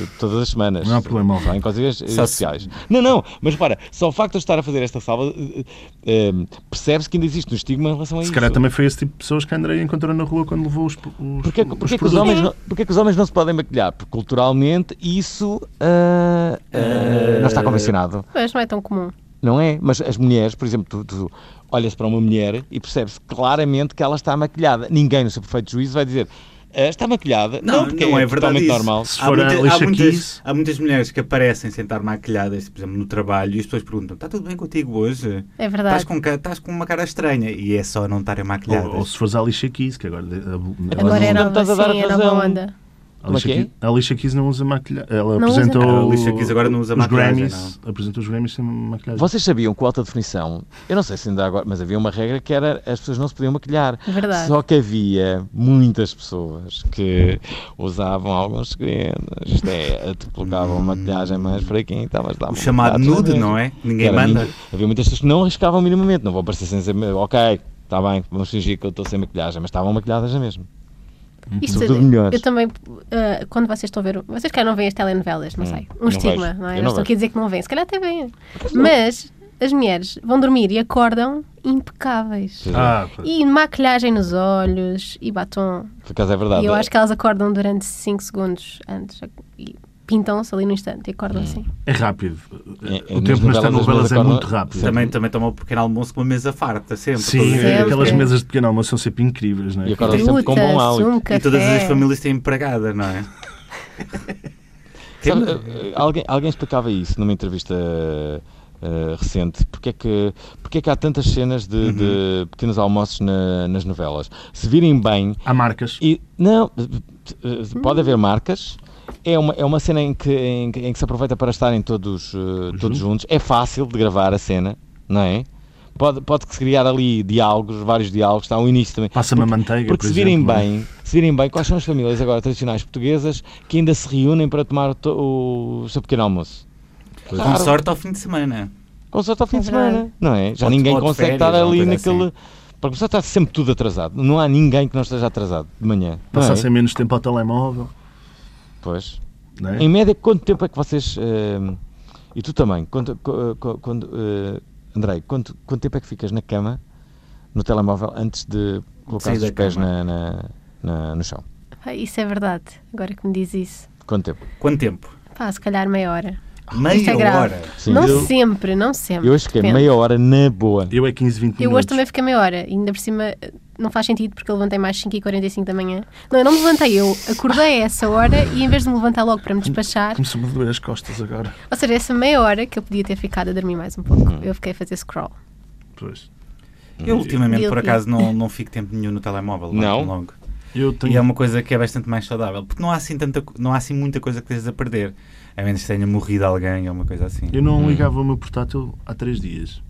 S1: ah, todas as semanas.
S3: Hum. Não há problema,
S1: Só em coisas
S2: se-
S1: especiais. Não, não, mas para, só o facto de eu estar a fazer esta salva ah, ah, percebe-se que ainda existe um estigma em relação a
S3: Se
S1: isso.
S3: calhar também foi esse tipo de pessoas que a Andrei encontrou na rua quando levou os, os,
S1: Porquê,
S3: os
S1: porquê, que os
S3: produtos.
S1: homens não, porquê que os homens não se podem maquilhar? Porque culturalmente isso ah, ah, não está convencionado,
S4: Mas não é tão comum.
S1: não é? Mas as mulheres, por exemplo, tu, tu olhas para uma mulher e percebes claramente que ela está maquilhada. Ninguém, no seu perfeito juízo, vai dizer "Ah, está maquilhada. Não, porque é, totalmente
S2: isso.
S1: normal.
S3: Se
S2: Há,
S3: for a
S2: muita-
S3: Alicia
S2: há muitas,
S3: Keys.
S2: há muitas mulheres que aparecem sem estar maquilhadas, por exemplo, no trabalho, e as pessoas perguntam: está tudo bem contigo hoje?
S4: É
S2: Estás
S4: verdade.
S2: com, ca- estás com uma cara estranha. E é só não estarem maquilhadas.
S3: Ou, ou se fores à Alicia Keys, que agora. a- a- ela
S4: Agora
S3: não-
S4: é
S1: não
S4: nova,
S1: estás a dar
S4: sim, é nova
S1: razão.
S4: onda.
S3: A
S1: Como é
S3: Alicia,
S1: que é?
S3: Keys, a Alicia Keys não usa maquilhagem. Ela
S4: Não usa.
S3: apresentou.
S2: A Alicia Keys agora não usa
S3: os
S2: maquilhagem,
S3: Grammys, Apresentou os Grammys sem maquilhagem.
S1: Vocês sabiam que o alta definição, eu não sei se ainda agora, mas havia uma regra que era as pessoas não se podiam maquilhar.
S4: Verdade.
S1: Só que havia muitas pessoas que usavam alguns segredos, isto é, te colocavam maquilhagem mais fraquinha e estavas lá.
S2: o chamado nude, não é? Ninguém manda.
S1: Havia muitas pessoas que não arriscavam minimamente, não vou aparecer sem dizer, ok, está bem, vamos fingir que eu estou sem maquilhagem, mas estavam maquilhadas na mesma.
S4: Isto,
S1: Tudo melhores.
S4: eu também, ah, quando vocês estão a ver, vocês cá não veem as telenovelas, não sei. Um
S1: não
S4: estigma,
S1: vejo.
S4: não
S1: Hum, Eu não
S4: é? Não estou
S1: vejo.
S4: aqui a dizer que não veem, se calhar até veem. Mas as mulheres vão dormir e acordam impecáveis.
S3: Ah,
S4: E maquilhagem nos olhos e batom.
S1: Por acaso é verdade.
S4: E eu acho que elas acordam durante 5 segundos antes e pintam-se ali no instante e acordam
S1: Hum.
S4: assim.
S3: é rápido.
S1: É- é
S3: o
S1: nas
S3: tempo nas
S1: novelas,
S3: telenovelas
S1: mas
S3: é
S1: agora-
S3: muito rápido.
S2: Também, também toma o pequeno almoço com uma mesa farta, sempre.
S3: Sim,
S2: todos os
S4: Sempre.
S3: é,
S2: dias.
S3: aquelas mesas de pequeno almoço são sempre incríveis, não é?
S1: E agora- Acordam sempre com bom
S4: Frutas,
S1: hálito.
S4: um
S2: E todas as
S4: café.
S2: famílias têm empregada, não é?
S1: Sabe, eh, alguém, alguém explicava isso numa entrevista eh, recente. Porque é, que, porque é que há tantas cenas de, de
S3: Uhum.
S1: pequenos almoços na- nas novelas? Se virem bem,
S3: Há marcas.
S1: e não, eh, pode haver marcas. É uma, é uma cena em que, em, que- em que se aproveita para estarem todos, eh,
S3: Uhum.
S1: todos juntos. É fácil de gravar a cena, não é? Pode- Pode-se criar ali diálogos, vários diálogos. Está um início também.
S3: Passa-me a manteiga.
S1: Porque
S3: por
S1: se virem
S2: é?
S3: exemplo. é?
S1: bem, se virem bem, quais são as famílias agora tradicionais portuguesas que ainda se reúnem para tomar o, to- o seu pequeno almoço?
S2: Com sorte ao fim de semana.
S1: Com sorte ao fim
S4: É
S1: de
S4: verdade.
S1: semana, não é? Já
S2: Ou de-
S1: ninguém
S2: ou de
S1: consegue
S2: férias,
S1: estar
S2: ou uma
S1: ali
S2: coisa assim.
S1: naquele. Para começar, está sempre tudo atrasado. Não há ninguém que não esteja atrasado de manhã. não é?
S3: Passassem menos tempo ao telemóvel.
S1: Pois.
S3: Não é?
S1: Em média, quanto tempo é que vocês. eh, e tu também, quanto, co- co- quando, eh, Andrei, quanto, quanto tempo é que ficas na cama, no telemóvel, antes de colocar
S2: Sair
S1: os
S2: da
S1: pés na-
S2: cama.
S1: na- na- no chão?
S4: Ah, Isso é verdade, agora que me diz isso.
S1: Quanto tempo?
S2: Quanto tempo?
S4: Pá, se calhar meia hora.
S2: Meia
S4: Isto é grave.
S2: hora.
S1: Sim.
S4: não
S1: Eu-
S4: sempre, não sempre.
S1: Eu hoje fiquei
S4: depende.
S1: meia hora na boa.
S3: Eu é 15, 20 minutos.
S4: Eu hoje também fiquei meia hora, e ainda por cima eh, não faz sentido porque eu levantei mais 5h45 da manhã. Não, eu não me levantei, eu acordei a essa hora e em vez de me levantar logo para me despachar,
S3: Começou-me a doer as costas agora.
S4: ou seja, essa meia hora que eu podia ter ficado a dormir mais um pouco, eu fiquei a fazer scroll.
S3: Pois.
S2: Eu ultimamente, por
S4: Guilty.
S2: acaso, não, não fico tempo nenhum no telemóvel. é
S1: Não?
S2: tão Longo.
S3: Eu
S2: E é
S3: tenho.
S2: uma coisa que é bastante mais saudável. Porque não há assim, tanta, co- não há assim muita coisa que estejas a perder. A menos que tenha morrido alguém ou uma coisa assim.
S3: um- Eu não ligava o meu portátil há 3 dias.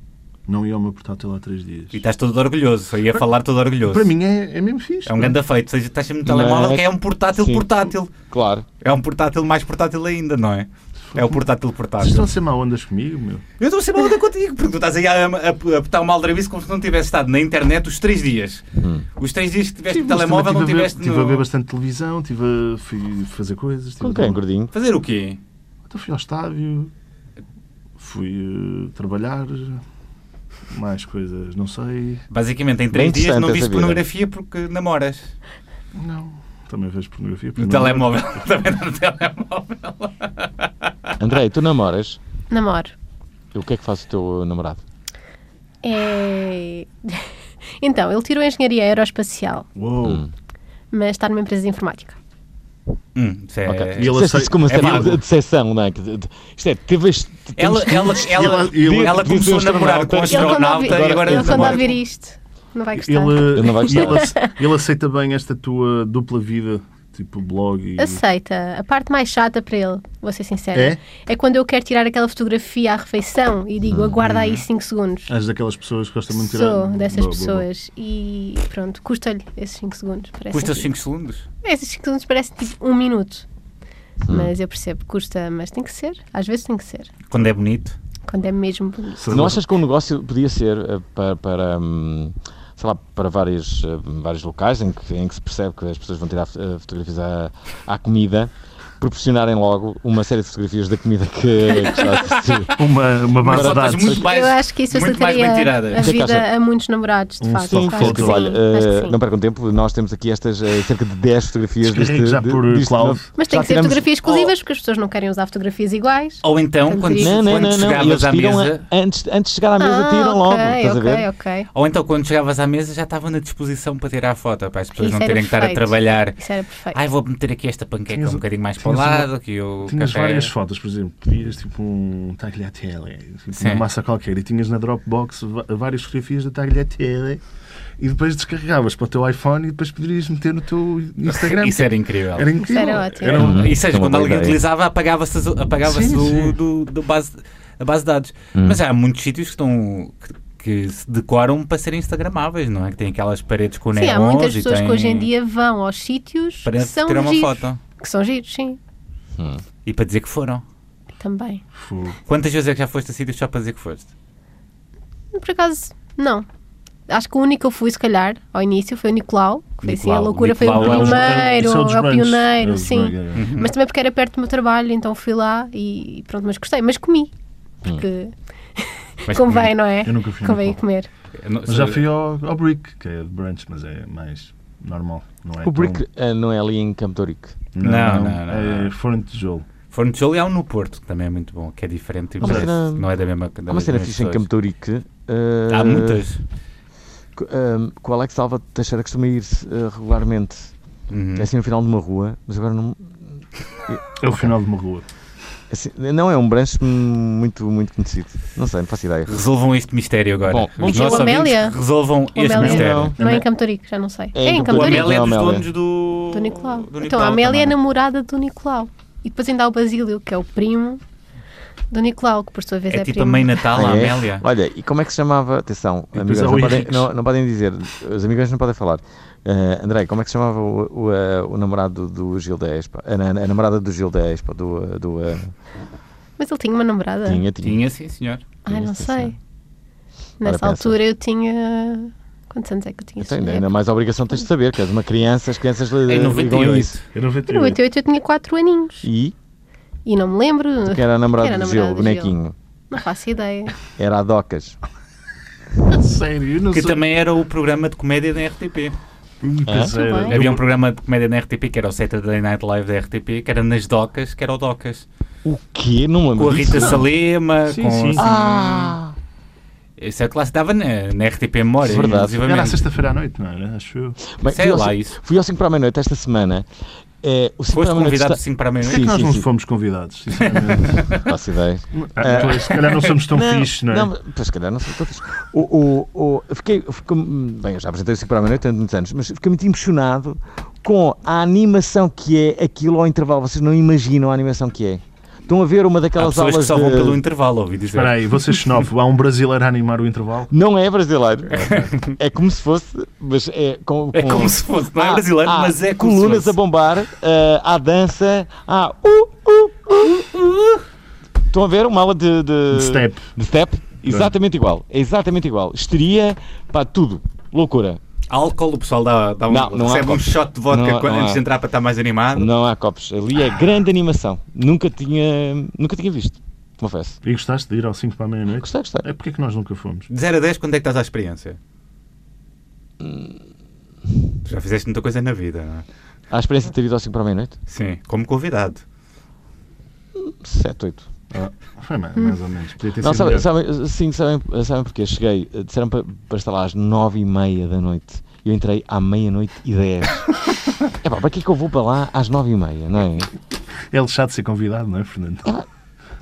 S3: Não ia ao meu portátil há 3 dias.
S2: E tá estás todo orgulhoso. Só ia falar todo orgulhoso.
S3: Para mim é, é mesmo fixe.
S2: É um grande feito. Ou seja, estás sempre no telemóvel
S1: Mas-
S2: que é um portátil
S1: Sim.
S2: portátil.
S1: Claro.
S2: É um portátil mais portátil ainda, não é? É o portátil
S3: Vocês estão
S2: portátil.
S3: a ser má ondas comigo, meu.
S2: Eu estou a ser maluco contigo, porque tu estás aí a, a, a botar uma aldrabice como se não tivesse estado na internet os três dias.
S1: Hum.
S2: Os três dias que tiveste no
S3: Tive, mas
S2: telemóvel
S3: também
S2: não
S3: tive a ver-
S2: tiveste
S3: Tive
S2: no...
S3: a ver bastante televisão, tive a, fui fazer coisas. tive
S1: Com
S3: a-
S1: quem, gordinho?
S2: Fazer o quê?
S3: Então fui ao estádio, fui eh, trabalhar, mais coisas, não sei.
S2: Basicamente, em
S1: Bem
S2: três dias não
S1: interessante
S2: viste
S1: essa vida.
S2: pornografia porque namoras.
S3: Não. Também vejo pornografia.
S2: No
S3: porque não-
S2: telemóvel. Também no telemóvel.
S1: Andrei, tu namoras?
S4: Namoro.
S1: E o que é que faz o teu namorado? Hum.
S4: É... Então, ele tirou a engenharia aeroespacial,
S3: Uou.
S4: mas está numa empresa de informática.
S2: Hum, isso é-
S1: Ok.
S3: E ele
S1: Disseste
S3: aceita-
S1: isso com uma
S3: é
S1: série
S3: válido.
S1: de decepção, não é? Que- de- de- Isto é, teve este.
S2: Ela,
S1: temos-
S2: ela, ela,
S3: ele-
S2: ela
S1: ele-
S2: começou a
S1: ele-
S2: namorar com um
S1: ele-
S2: astronauta e agora
S4: ele quando
S2: namora
S4: ouvir isto, não vai gostar.
S3: Ele,
S1: Ele não vai
S3: e
S1: gostar.
S3: ele ace- ele aceita bem esta tua dupla vida, tipo blog e.
S4: Aceita. A parte mais chata para ele, vou ser sincera,
S3: É?
S4: quando eu quero tirar aquela fotografia à refeição e digo, aguarda aí 5 segundos.
S3: És daquelas pessoas que gostam Ah, muito de tirar.
S4: Sou dessas
S3: Boa, boa, boa.
S4: pessoas e pronto, custa-lhe esses 5 segundos. parece tipo
S2: Custa os 5 segundos?
S4: Esses 5 segundos parecem tipo 1 um minuto. Mas eu percebo, custa, mas tem que ser. Às vezes tem que ser.
S2: Quando é bonito.
S4: Quando é mesmo bonito.
S3: Será
S1: Não
S3: uma-
S1: achas que o negócio podia ser eh, para, para hum, sei lá, para vários, eh, vários locais em que, em que se percebe que as pessoas vão tirar eh, fotografias à, à comida, proporcionarem logo uma série de fotografias da comida que, que está a assistir?
S3: uma, uma
S2: Mas
S3: base de
S2: fotos
S3: dados?
S2: muito mais,
S4: eu acho que isso
S2: muito mais
S4: facilitaria
S2: bem
S4: a
S2: tiradas.
S1: que
S4: vida
S1: achas?
S4: a muitos namorados, de
S3: Um
S4: facto.
S1: Sim,
S3: Claro,
S1: claro,
S4: acho
S3: foto.
S4: que
S1: que
S4: sim,
S1: olha,
S4: acho que
S1: eh,
S4: sim.
S1: não percam tempo, nós temos aqui estas eh, cerca de 10 fotografias
S3: Descarregue
S1: deste,
S3: já
S1: de-
S3: por
S1: disto,
S3: cloud.
S1: não-
S4: Mas tem
S1: já
S4: que ser
S1: tiramos-
S4: fotografias exclusivas, porque as pessoas não querem usar fotografias iguais.
S2: Ou então,
S4: Tanto
S2: quando,
S4: isso.
S1: Não, não,
S2: quando
S1: não, não.
S2: chegavas
S1: Eles
S2: à
S1: tiram
S2: mesa...
S1: a- antes, antes de chegar à mesa,
S4: Ah,
S1: tiram
S4: ok,
S1: logo. Estás a
S4: ok,
S1: ver?
S4: ok.
S2: Ou então, quando chegavas à mesa, já estava na disposição para tirar a foto, para as pessoas
S4: Isso
S2: não
S4: era
S2: terem que estar a
S4: perfeito.
S2: trabalhar.
S4: Isso era perfeito.
S2: Ai, vou meter aqui esta panqueca
S3: Tinhas-
S2: um bocadinho mais para o
S3: tinhas uma-
S2: lado, que o
S3: Tinhas
S2: café...
S3: várias fotos, por exemplo, pedias tipo um tagliatelle, tipo
S2: Sim.
S3: uma massa qualquer, e tinhas na Dropbox va- várias fotografias da tagliatelle, e depois descarregavas para o teu iPhone e depois poderias meter no teu Instagram.
S2: Isso é era incrível.
S3: Era incrível.
S4: Era ótimo.
S3: Era um-
S1: Uhum.
S2: E seja,
S1: É uma
S2: quando
S1: boa
S2: alguém
S1: ideia.
S2: utilizava, apagava-se as- apagava-se
S3: Sim,
S2: do,
S3: sim.
S2: do, do base, a base de dados.
S1: Uhum.
S2: Mas há muitos sítios que estão. que- que se decoram para serem instagramáveis, não é? Que tem aquelas paredes com
S4: Sim, há
S2: neons
S4: muitas
S2: e
S4: pessoas
S2: tem-
S4: que hoje em dia vão aos sítios
S2: para
S4: que são
S2: tirar uma
S4: giros.
S2: foto
S4: Que são giros, sim.
S2: e para dizer que foram.
S4: Também.
S3: Fogo.
S2: Quantas vezes é que já foste a sítios só para dizer que foste?
S4: Por acaso, não. Acho que o único que eu fui, se calhar, ao início foi o Nicolau. Que foi assim, a
S2: Nicolau.
S4: loucura foi o
S2: Nicolau é um-
S4: primeiro,
S3: Isso
S4: é
S3: dos
S4: o
S3: brunch. É
S4: pioneiro,
S3: dos brunch,
S4: sim.
S3: é.
S4: Mas também porque era perto do meu trabalho, então fui lá e e pronto, mas gostei, mas comi. Porque
S2: Mas
S4: convém, não é?
S3: Eu nunca fui
S4: Convém
S3: Nicolau.
S4: comer.
S2: Eu não-
S3: Mas já fui ao, ao Brick, que é de brunch, mas é mais normal. Não é
S1: O Brick
S3: tão-
S1: ah, não é ali em Campo de Ourique.
S2: Não, não, não,
S3: É
S2: não.
S3: forno de tijolo.
S2: Foram de Jolo e há um no Porto, que também é muito bom, que é diferente.
S1: Há uma
S2: parece-
S1: cena-
S2: não é da mesma
S1: Há uma cena fixe em Campo de Ourique. ah,
S2: Há muitas.
S1: co- ah, com o Alex Alva Teixeira costuma ir ah, regularmente.
S2: Uhum.
S1: É assim no final de uma rua, mas agora não.
S3: É o final de uma rua.
S1: assim, não é um branche muito, muito conhecido. Não sei, não faço ideia.
S2: Resolvam este mistério agora.
S1: Bom,
S2: Os
S1: vamos-
S2: nossos
S4: O Amélia?
S2: ouvintes que resolvam
S4: O
S2: este
S4: Amélia?
S2: mistério.
S1: Não.
S4: Não é em Campo Torico, já não sei. É, em Campo
S2: O
S1: Sim.
S4: Torico.
S2: Amélia é dos
S1: Não, Amélia.
S2: donos do.
S4: Do Nicolau.
S2: do
S4: Então a Amélia é
S2: também.
S4: namorada do Nicolau. E depois ainda há o Basílio, que é o primo do Nicolau, que por sua vez é,
S2: É tipo a
S4: primo.
S2: mãe Natal, a
S1: Ah, é?
S2: Amélia.
S1: Olha, e como é que se chamava? Atenção,
S3: E depois
S1: amigos,
S3: há o
S1: não podem,
S3: Henriques.
S1: não, não podem dizer, os amigos não podem falar. Ah, André, como é que se chamava o, o, ah, o namorado do Gil da Expo? A, na- a namorada do Gil da Expo, do. ah, do ah,
S4: Mas ele tinha uma namorada?
S1: tinha, tinha.
S2: Ah. Tinha, sim, senhor.
S4: Ai, não
S1: Tinha, sim,
S4: sei.
S1: sim. Ora,
S4: Nessa
S1: pensa.
S4: altura eu tinha... Quantos anos é que eu tinha?
S1: Então, ainda- ainda mais obrigação tens de saber, que és uma criança, as crianças
S2: Em
S1: ligam a
S2: 98.
S1: É, isso.
S3: Em
S4: Em
S3: 98.
S4: 98 eu tinha 4 aninhos.
S1: E Então,
S4: E não me lembro.
S1: que era a namorada
S4: Quem era
S1: do
S4: a
S1: Gil,
S4: namorada do Gil?
S1: bonequinho.
S4: Não faço ideia.
S1: Era a Docas.
S3: Sério, eu não
S2: Que
S3: sei.
S2: também era o programa de comédia da RTP.
S1: Hã?
S3: Hum, Pois era.
S4: Tudo bem.
S2: Havia um programa de comédia da RTP que era o Saturday Night Live da RTP, que era nas docas, que era o docas.
S1: O quê? Não me lembro.
S2: Com a Rita
S1: disso.
S2: Salema,
S3: Sim,
S2: com.
S3: sim.
S2: assim,
S1: Ah.
S2: Isso é que lá se dava na, na RTP Memória,
S1: Verdade.
S3: Era à
S2: inclusivamente.
S3: sexta-feira à noite, não era? Acho eu.
S1: Bem,
S2: Sei
S1: fui ao
S2: lá
S1: cin-
S2: isso.
S1: Fui ao 5 para a meia-noite esta semana. Eh, o 5 para a
S2: Foste
S1: meia-noite
S2: convidado
S1: está...
S2: 5 para a
S3: Porquê é
S2: meia-noite.
S3: que
S1: Sim,
S3: nós
S1: sim,
S3: não
S1: sim.
S3: fomos convidados, sinceramente?
S1: Faço ideia.
S3: Ah, pois, se calhar não somos tão fixes, não é?
S1: Não, pois, se calhar não sou tão fixe. O, o, o, fiquei, fiquei- bem, eu já apresentei o 5 para a meia-noite durante muitos anos, mas fiquei muito impressionado com a animação que é aquilo ao intervalo. Vocês não imaginam a animação que é. Estão a ver uma
S2: Há
S1: daquelas
S2: pessoas que
S1: aulas
S2: só vão
S1: de...
S2: pelo intervalo, ouvi dizer.
S3: Espera aí, você é xenófobo, há um brasileiro a animar o intervalo?
S1: Não é brasileiro. é como se fosse, mas é com,
S2: É
S1: com-
S2: como se fosse, não é
S1: Há-
S2: brasileiro,
S1: há
S2: mas é como se
S1: Ah. colunas
S2: fosse.
S1: a bombar, ah, há dança, há uh, uh, uh, uh. Estão a ver uma aula de, de,
S3: De step.
S1: de step? Exatamente igual, é exatamente igual. Histeria, pá, tudo. Loucura.
S2: Álcool, o pessoal dá, dá um,
S1: Não, não há
S2: recebe um
S1: álcool.
S2: shot de vodka
S1: Não há-
S2: quando-
S1: não
S2: antes de
S1: há.
S2: entrar para estar mais animado.
S1: Não há copos. Ali é grande animação. Nunca tinha, nunca tinha visto, confesso.
S3: E gostaste de ir ao 5 para a meia-noite?
S1: Gostei, gostei.
S3: É porque é que nós nunca fomos?
S2: De 0 a 10, quando é que estás à experiência?
S1: Hum.
S2: Tu Já fizeste muita coisa na vida, não é?
S1: Há a experiência de ter ido ao 5 para a meia-noite?
S2: Sim, como convidado.
S1: 7, 8.
S3: Ah, foi mais, mais ou menos. Podia ter
S1: Não,
S2: é
S3: sido
S1: sabem,
S3: melhor.
S1: sabem, sim, sabem, sabem porque? Cheguei, eh, disseram para, para estar lá às nove e meia da noite Eu entrei à meia-noite e dez. É pá, para que é que eu vou para lá às nove e meia, não é?
S3: É lixado de ser convidado, não é, Fernando?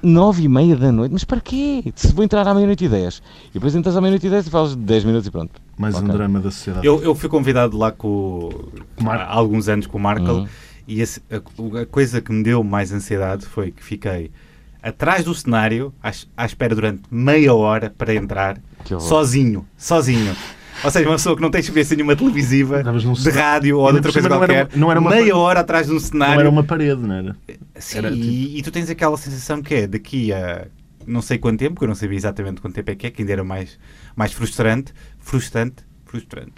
S1: Nove e meia da noite, mas para quê? Se vou entrar à meia-noite e dez. E depois entras à meia-noite e dez e falas dez minutos e pronto.
S3: Mais um
S1: Ok.
S3: drama da sociedade.
S2: Eu, eu fui convidado lá com,
S3: Com o Marco.
S2: há alguns anos com o Markle
S1: Uhum.
S2: e esse- a, a coisa que me deu mais ansiedade foi que fiquei atrás do cenário, à, es- à espera durante meia hora para entrar,
S1: Que horror.
S2: sozinho, sozinho. Ou seja, uma pessoa que não tem experiência nenhuma televisiva,
S3: Estavas num
S2: de
S3: cenário.
S2: rádio ou de
S3: Ainda
S2: outra
S3: por
S2: coisa
S3: cima não era
S2: qualquer,
S3: uma- não era uma-
S2: meia hora atrás de um
S3: Não
S2: cenário.
S3: era uma parede, não era?
S2: Sim,
S3: Era tipo-
S2: e, e tu tens aquela sensação que é daqui a não sei quanto tempo, que eu não sabia exatamente quanto tempo é que é, que ainda era mais, mais frustrante, frustrante, frustrante.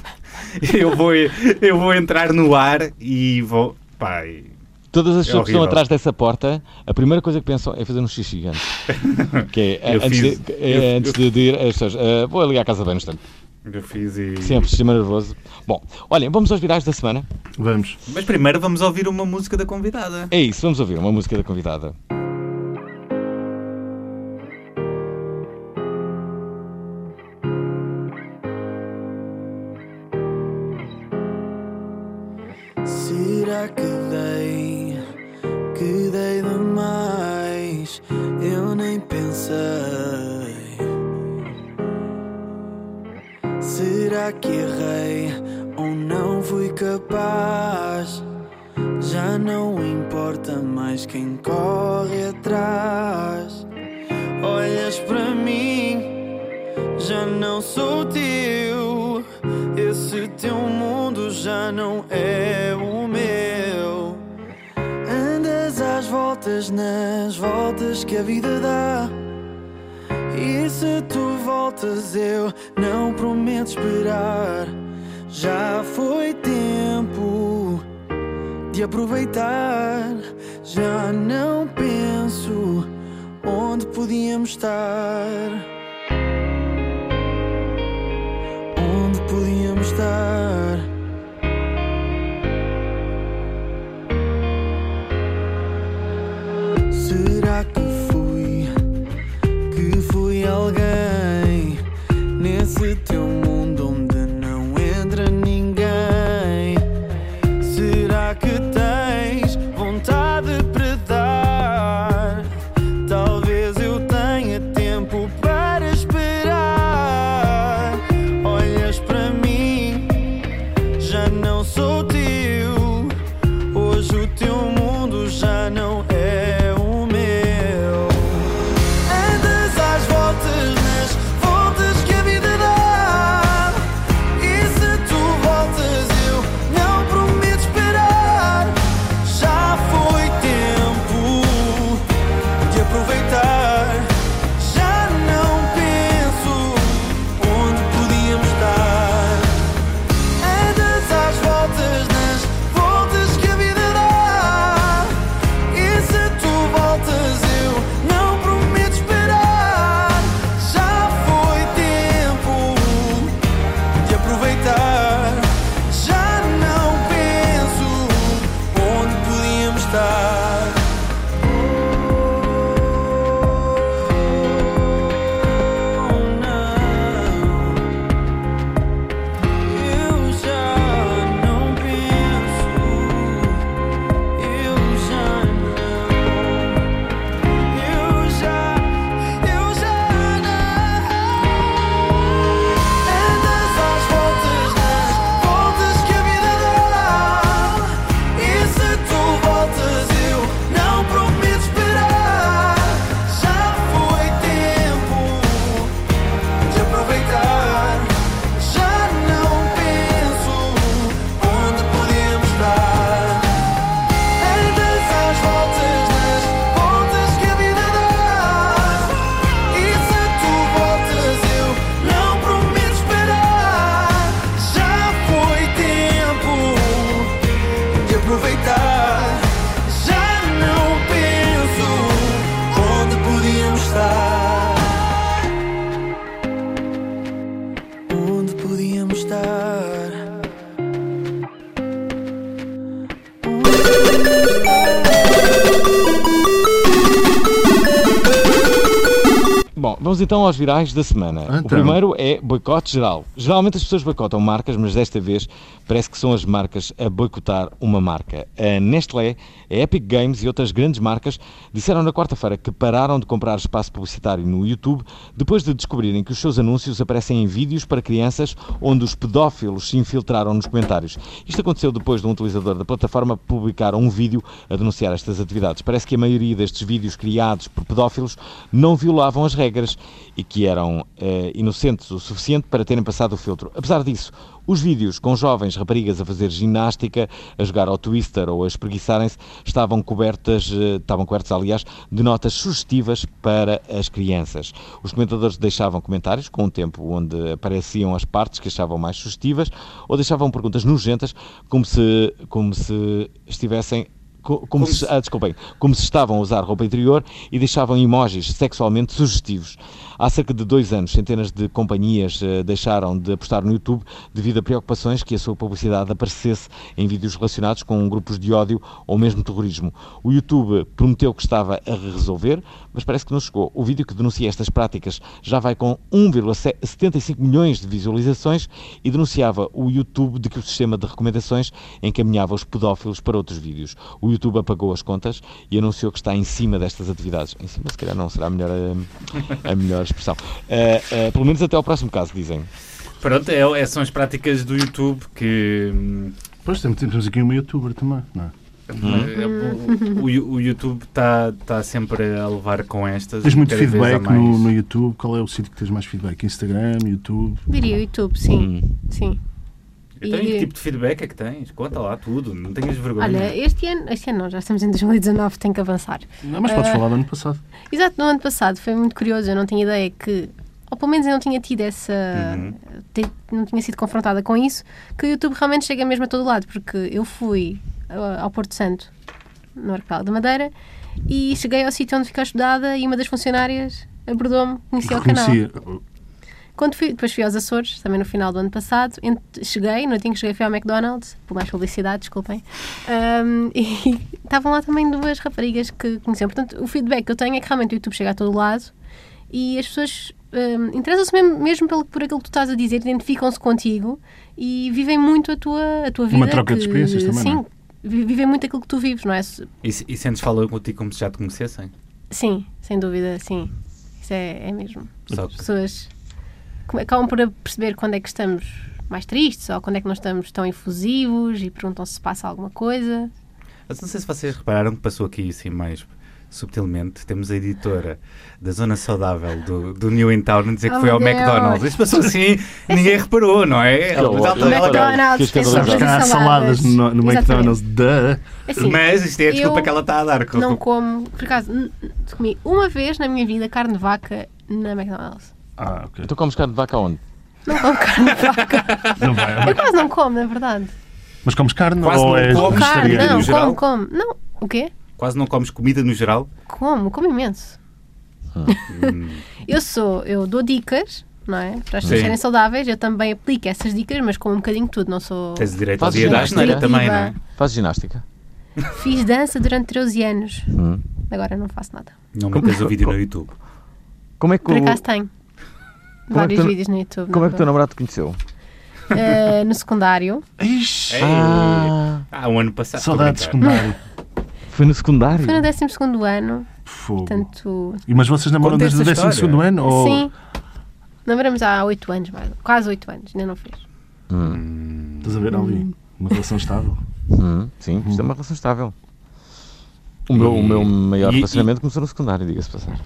S2: eu, vou, eu vou entrar no ar e vou. Pá, e-
S1: Todas as
S2: É
S1: pessoas que
S2: horrível.
S1: estão atrás dessa porta, a primeira coisa que pensam é fazer um xixi antes. Que é,
S2: Eu
S1: antes,
S2: fiz-
S1: de, é,
S2: eu-
S1: antes de- de ir, as pessoas, "Ah, vou ligar à casa bem no instante.
S2: eu fiz e.
S1: Sempre, sistema nervoso. Bom, olhem, vamos aos virais da semana.
S3: Vamos.
S2: Mas primeiro vamos ouvir uma música da convidada.
S1: É isso, vamos ouvir uma música da convidada.
S6: Será que dei, que dei demais? Eu nem pensei. Será que errei ou não fui capaz? Já não importa mais quem corre atrás. Olhas para mim já não sou teu. Esse teu mundo já não é o meu. Andas às voltas, nas voltas que a vida dá. E se tu voltas, eu não prometo esperar. Já foi tempo de aproveitar. Já não penso onde podíamos estar onde podíamos estar. Será que fui, que fui alguém nesse teu mundo onde não entra ninguém? Será que tens vontade para dar? Talvez eu tenha tempo para esperar. Olhas para mim, já não sou teu. Hoje o teu mundo já não é o meu. Andas às voltas, nas voltas que a vida dá. E se tu voltas, eu não prometo esperar. Já foi tempo de aproveitar. Já não penso onde podíamos estar. Andas às voltas, nas Oh,
S1: vamos então aos virais da semana.
S3: Então.
S1: O primeiro é boicote geral. Geralmente as pessoas boicotam marcas, mas desta vez parece que são as marcas a boicotar uma marca. A Nestlé, a Epic Games e outras grandes marcas disseram na quarta-feira que pararam de comprar espaço publicitário no YouTube depois de descobrirem que os seus anúncios aparecem em vídeos para crianças onde os pedófilos se infiltraram nos comentários. Isto aconteceu depois de um utilizador da plataforma publicar um vídeo a denunciar estas atividades. Parece que a maioria destes vídeos criados por pedófilos não violavam as regras e que eram eh, inocentes o suficiente para terem passado o filtro. Apesar disso, os vídeos com jovens raparigas a fazer ginástica, a jogar ao twister ou a espreguiçarem-se estavam cobertas, eh, estavam cobertos, aliás, de notas sugestivas para as crianças. Os comentadores deixavam comentários com o tempo onde apareciam as partes que achavam mais sugestivas ou deixavam perguntas nojentas como se, como se estivessem Co- como, se, ah, desculpem, como se estavam a usar roupa interior e deixavam emojis sexualmente sugestivos. Há cerca de dois anos, centenas de companhias eh, deixaram de apostar no YouTube devido a preocupações que a sua publicidade aparecesse em vídeos relacionados com grupos de ódio ou mesmo terrorismo. O YouTube prometeu que estava a resolver, mas parece que não chegou. O vídeo que denuncia estas práticas já vai com 1,75 milhões de visualizações e denunciava o YouTube de que o sistema de recomendações encaminhava os pedófilos para outros vídeos. O YouTube apagou as contas e anunciou que está em cima destas atividades. Em cima, se calhar, não será a melhor, eh, a melhor expressão. Eh, eh, pelo menos até ao próximo caso, dizem.
S2: Pronto, é, é- são as práticas do YouTube que. hum,
S3: Pois temos, temos aqui uma youtuber também, não é?
S2: é, o, o- o YouTube está tá sempre a levar com estas.
S3: Tens muito
S2: cada vez há
S3: feedback
S2: mais.
S3: no, no YouTube. Qual é o sítio que tens mais feedback? Instagram, YouTube?
S4: Diria o YouTube, sim.
S1: Hum.
S4: sim.
S2: Então, e
S4: E-
S2: que tipo de feedback é que tens? Conta lá tudo, não tenhas vergonha.
S4: Olha, este ano, este ano não, já estamos em 2019, tem que avançar.
S3: Não, mas podes
S4: Ah.
S3: falar do ano passado.
S4: Exato, no ano passado foi muito curioso, eu não tinha ideia que, ou pelo menos eu não tinha tido essa. te- não tinha sido confrontada com isso, que o YouTube realmente chega mesmo a todo lado, porque eu fui ah, ao Porto Santo, no Arquipélago da Madeira, e cheguei ao sítio onde fiquei estudada e uma das funcionárias abordou-me, conhecia é o canal.
S3: Reconhecia.
S4: Quando fui, depois fui aos Açores, também no final do ano passado, ent- cheguei, noitinho que cheguei fui ao McDonald's, por mais publicidade, desculpem, ahm, e estavam lá também duas raparigas que conheciam. Portanto, o feedback que eu tenho é que realmente o YouTube chega a todo lado e as pessoas ahm, interessam-se mesmo, mesmo pelo, por aquilo que tu estás a dizer, identificam-se contigo e vivem muito a tua, a tua vida.
S3: Uma troca de
S4: que-
S3: experiências também,
S4: Sim,
S3: não é?
S4: vi- vivem muito aquilo que tu vives, não é? Se-
S2: E, se- e sentes falar contigo como se já te conhecessem?
S4: Sim, sem dúvida, sim. Isso é, é mesmo.
S2: Só
S4: As
S2: que-
S4: pessoas come- acabam por perceber quando é que estamos mais tristes ou quando é que não estamos tão efusivos e perguntam se passa alguma coisa.
S2: Mas não sei se vocês repararam que passou aqui assim mais subtilmente. Temos a editora da Zona Saudável do, do New In Town a dizer que
S4: Oh,
S2: foi ao
S4: meu
S2: McDonald's. Isto passou assim, ninguém reparou, não é? Ela-
S1: horror.
S2: ela- ela-
S1: Quis
S4: McDonald's, tem
S1: escandalizar.
S4: sopas
S1: Mas
S3: Mas
S4: e
S3: cá há saladas no, no
S4: Exatamente.
S3: McDonald's. Da.
S4: Assim,
S2: Mas isto é a desculpa
S4: eu
S2: que ela está a dar. que-
S4: não como, por acaso, n- n- comi uma vez na minha vida carne de vaca na McDonald's.
S3: Ah, ok.
S1: Então comes carne de vaca onde?
S4: Não como carne de vaca.
S3: Não vai,
S2: Ah,
S3: não vai.
S4: Eu quase não como, na verdade.
S3: Mas comes carne
S2: Quase
S3: ou
S2: não
S3: é
S2: como
S4: Carne,
S2: vegetariano,
S4: não,
S2: no geral?
S4: como, como. Não, o quê?
S2: Quase não comes comida no geral.
S4: Como, como imenso.
S1: Ah.
S4: eu sou, eu dou dicas, não é? Para as pessoas
S2: Sim.
S4: serem saudáveis, eu também aplico essas dicas, mas como um bocadinho de tudo, não sou.
S2: Tens o direito ao
S1: Fazes
S2: dia da
S1: ginástica?
S2: asneira também, não é?
S1: Faz ginástica?
S4: Fiz dança durante 13 anos,
S1: Hum.
S4: agora não faço nada.
S2: Não metas o vídeo no YouTube.
S1: Como é que,
S4: Por
S1: o,
S4: acaso tenho.
S1: Como é que
S4: Vários
S1: tu-
S4: vídeos no YouTube.
S1: como é que
S4: não
S1: o teu namorado te conheceu?
S4: Eh, no secundário.
S3: Ixi,
S2: Ei, Ah, um ano passado.
S3: saudades
S2: estou a
S3: secundário.
S1: Foi no secundário?
S4: Foi no 12 ano,
S3: Fogo.
S4: portanto.
S3: E mas vocês namoram
S2: Conta
S3: desde o
S2: essa história.
S3: 12 ano?
S1: Oh.
S3: Ou...
S4: Sim. Namoramos há 8 anos, mais, quase 8 anos, ainda não fiz.
S3: Estás a ver ali? Uma relação estável.
S4: Uhum.
S1: Hum, sim, isto é uma relação estável. O meu, o meu maior
S2: e-
S1: relacionamento começou no secundário, diga-se passar.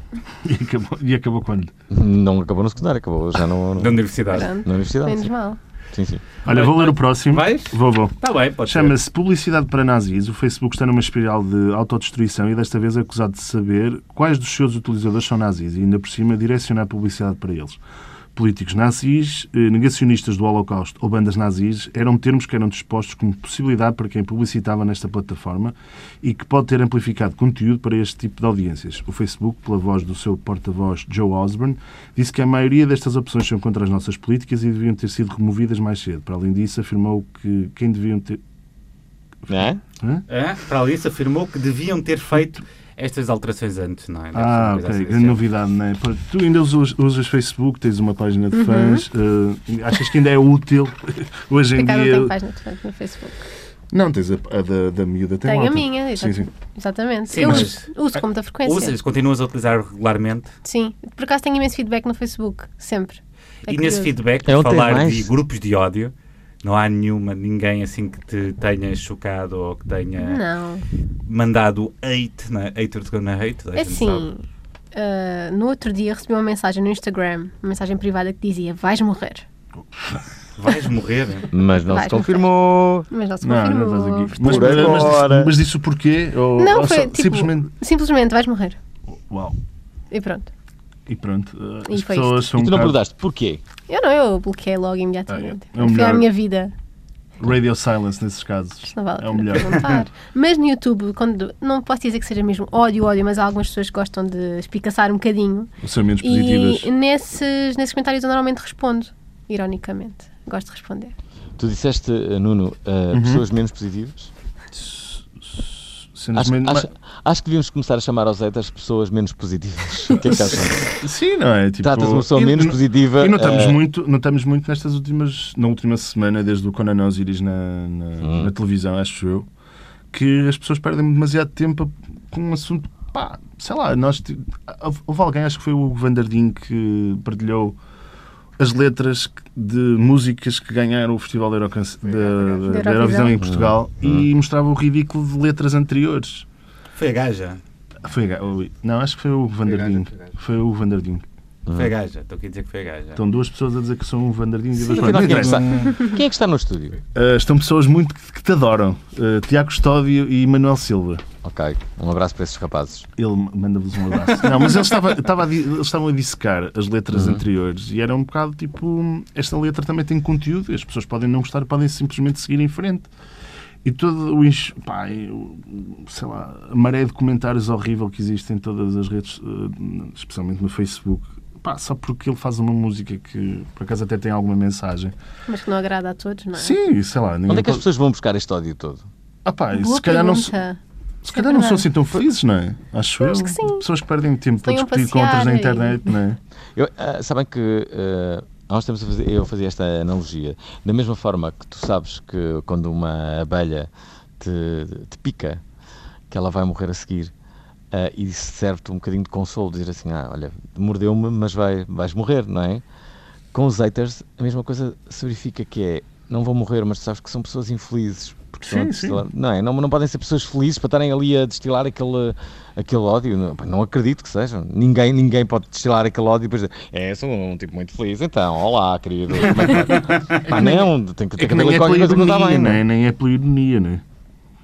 S3: E acabou, e acabou quando?
S1: Não acabou no secundário, acabou já no,
S2: brincar. Da universidade.
S4: Pronto.
S1: na universidade.
S4: Menos
S1: é sim.
S4: mal.
S1: Sim, sim.
S3: Olha, vou ler o próximo.
S2: Vais?
S3: Vou, vou.
S2: Está Tá bem, pode ser.
S3: Chama-se Publicidade para Nazis. O Facebook está numa espiral de autodestruição e desta vez é acusado de saber quais dos seus utilizadores são nazis e ainda por cima direcionar publicidade para eles. Políticos nazis, eh, negacionistas do Holocausto ou bandas nazis eram termos que eram dispostos como possibilidade para quem publicitava nesta plataforma e que pode ter amplificado conteúdo para este tipo de audiências. O Facebook, pela voz do seu porta-voz Joe Osborne, disse que a maioria destas opções são contra as nossas políticas e deviam ter sido removidas mais cedo. Para além disso, afirmou que quem deviam ter,
S1: Não é?
S2: Hã? Para ali se afirmou que deviam ter feito estas alterações antes, não é? Deve ser uma
S3: Ah,
S2: coisa assim
S3: ok.
S2: desse
S3: Grande
S2: género.
S3: novidade, não é? Pá, Tu ainda usas, usas Facebook, tens uma página
S4: Uhum.
S3: de fãs. eh, achas que ainda é útil hoje em
S4: Por acaso não tenho
S3: dia?
S4: página portanto, um no Facebook.
S3: Não, tens a, a da, da miúda. Tem
S4: Tenho
S3: lá,
S4: a
S3: tem.
S4: minha,
S3: Sim, sim.
S4: Exatamente.
S2: Sim,
S4: eu
S2: mas- Ah,
S4: uso, uso com muita frequência.
S2: Usas, continuas a utilizar regularmente.
S4: Sim. Por acaso tenho imenso feedback no Facebook, sempre. É
S2: e nesse
S4: curioso.
S2: feedback,
S1: É
S2: por
S1: onde tem
S2: falar
S1: mais.
S2: de grupos de ódio, não há nenhuma, ninguém assim que te tenha chocado ou que tenha
S4: Não. mandado
S2: mandado hate, não é? Hate ou na hate, toda a gente sabe.
S4: Assim, ah, no outro dia recebi uma mensagem no Instagram, uma mensagem privada que dizia vais morrer.
S2: Vais morrer.
S1: Mas não
S4: Vai,
S1: se
S4: não
S1: confirmou.
S4: Mas não se
S3: Não,
S4: confirmou.
S3: não estás aqui.
S1: Por
S3: Mas, mas, mas,
S1: agora.
S3: disse, mas disse o porquê? Ou,
S4: Não,
S3: ou
S4: foi
S3: só-
S4: tipo,
S3: simplesmente.
S4: simplesmente vais morrer.
S3: Uau.
S4: E pronto.
S3: E pronto. eh,
S4: E
S3: as
S4: foi
S3: pessoas são
S1: E
S3: um
S1: tu não
S3: bocado
S1: perguntaste porquê?
S4: Eu não, eu bloqueei logo imediatamente.
S3: Ah, é. É o
S4: Foi a
S3: melhor.
S4: minha vida.
S3: radio silence nesses casos.
S4: Isto não vale
S3: É
S4: a
S3: o
S4: pena
S3: melhor.
S4: perguntar. Mas no YouTube, quando, não posso dizer que seja mesmo ódio, ódio, mas há algumas pessoas que gostam de espicaçar um bocadinho.
S3: São menos positivas.
S4: E nesses, nesses comentários eu normalmente respondo, ironicamente. Gosto de responder.
S1: Tu disseste, eh, Nuno, eh, pessoas menos positivas?
S3: Sendo
S1: Acho,
S3: menos-
S1: acho- acho que devíamos começar a chamar aos haters pessoas menos positivas. O que é que achas?
S3: Sim, não é? Tipo,
S1: Tratas de uma pessoa
S3: e-
S1: menos
S3: e-
S1: positiva.
S3: E notamos,
S1: eh,
S3: muito, notamos muito nestas últimas, na última semana, desde o Conan Osiris na, na, na televisão, acho eu, que as pessoas perdem demasiado tempo a- com um assunto, pá, sei lá, nós, ti- houve- houve alguém, acho que foi o Vandardinho que partilhou as letras que- de músicas que ganharam o Festival da, Eurocan- da- da- da Eurovisão em Portugal
S1: Hum.
S3: e mostrava o ridículo de letras anteriores. Ah,
S2: Foi a gaja.
S3: Foi, a ga- o- não, acho que foi o Vandardinho. Foi o Vandardinho.
S1: Hum.
S2: Foi a gaja. Estou aqui a dizer que foi a gaja.
S3: Estão duas pessoas a dizer que são um Vandardinho e duas
S1: afinal,
S3: Não
S1: quem, é que
S3: interessa.
S1: está, quem é que está no estúdio?
S3: Ah, Estão pessoas muito que, que te adoram. Ah, Tiago Custódio e Manuel Silva.
S1: Ok, um abraço para esses rapazes.
S3: Ele manda-vos um abraço. Não, mas ele estava, estava a di- eles estavam a dissecar as letras anteriores e era um bocado tipo: esta letra também tem conteúdo e as pessoas podem não gostar, podem simplesmente seguir em frente. E todo o. enx- Pá, eu- sei lá, a maré de comentários horrível que existe em todas as redes, eh, especialmente no Facebook. Pá, só porque ele faz uma música que por acaso até tem alguma mensagem.
S4: Mas que não agrada a todos, não é?
S3: Sim, sei lá. ninguém
S1: Onde é que as
S3: pode-
S1: pessoas vão buscar este ódio todo?
S3: Ah pá,
S4: Boa
S3: se calhar não, se
S4: pergunta.
S3: se calhar não
S4: É verdade.
S3: são assim tão felizes, não é? Acho
S4: Acho
S3: eu.
S4: que sim.
S3: Pessoas que perdem tempo a
S4: Venham
S3: discutir com outras na
S4: passear e-
S3: internet, não é?
S1: Eu, ah, sabem que ah, há uns tempos eu fazia, eu fazia esta analogia. Da mesma forma que tu sabes que quando uma abelha te, te pica, que ela vai morrer a seguir, ah, e isso serve-te um bocadinho de consolo, dizer assim, ah, olha, mordeu-me, mas vai, vais morrer, não é? Com os haters, a mesma coisa se verifica que é, não vão morrer, mas tu sabes que são pessoas infelizes. Porque estão a
S3: Sim,
S1: destilar- Não, é? não, não podem ser pessoas felizes para estarem ali a destilar aquele, aquele ódio. Não, pá, não acredito que sejam. Ninguém, ninguém pode destilar aquele ódio e depois dizer, é, sou um tipo muito feliz, então, olá, querido. como é que vai?" Pá, não, tem que
S3: É
S1: ter
S3: que nem é pela
S1: qualquer coisa que não está
S3: ironia,
S1: bem.
S3: não
S1: não
S3: é?
S1: é?
S3: Nem é pela ironia, não é?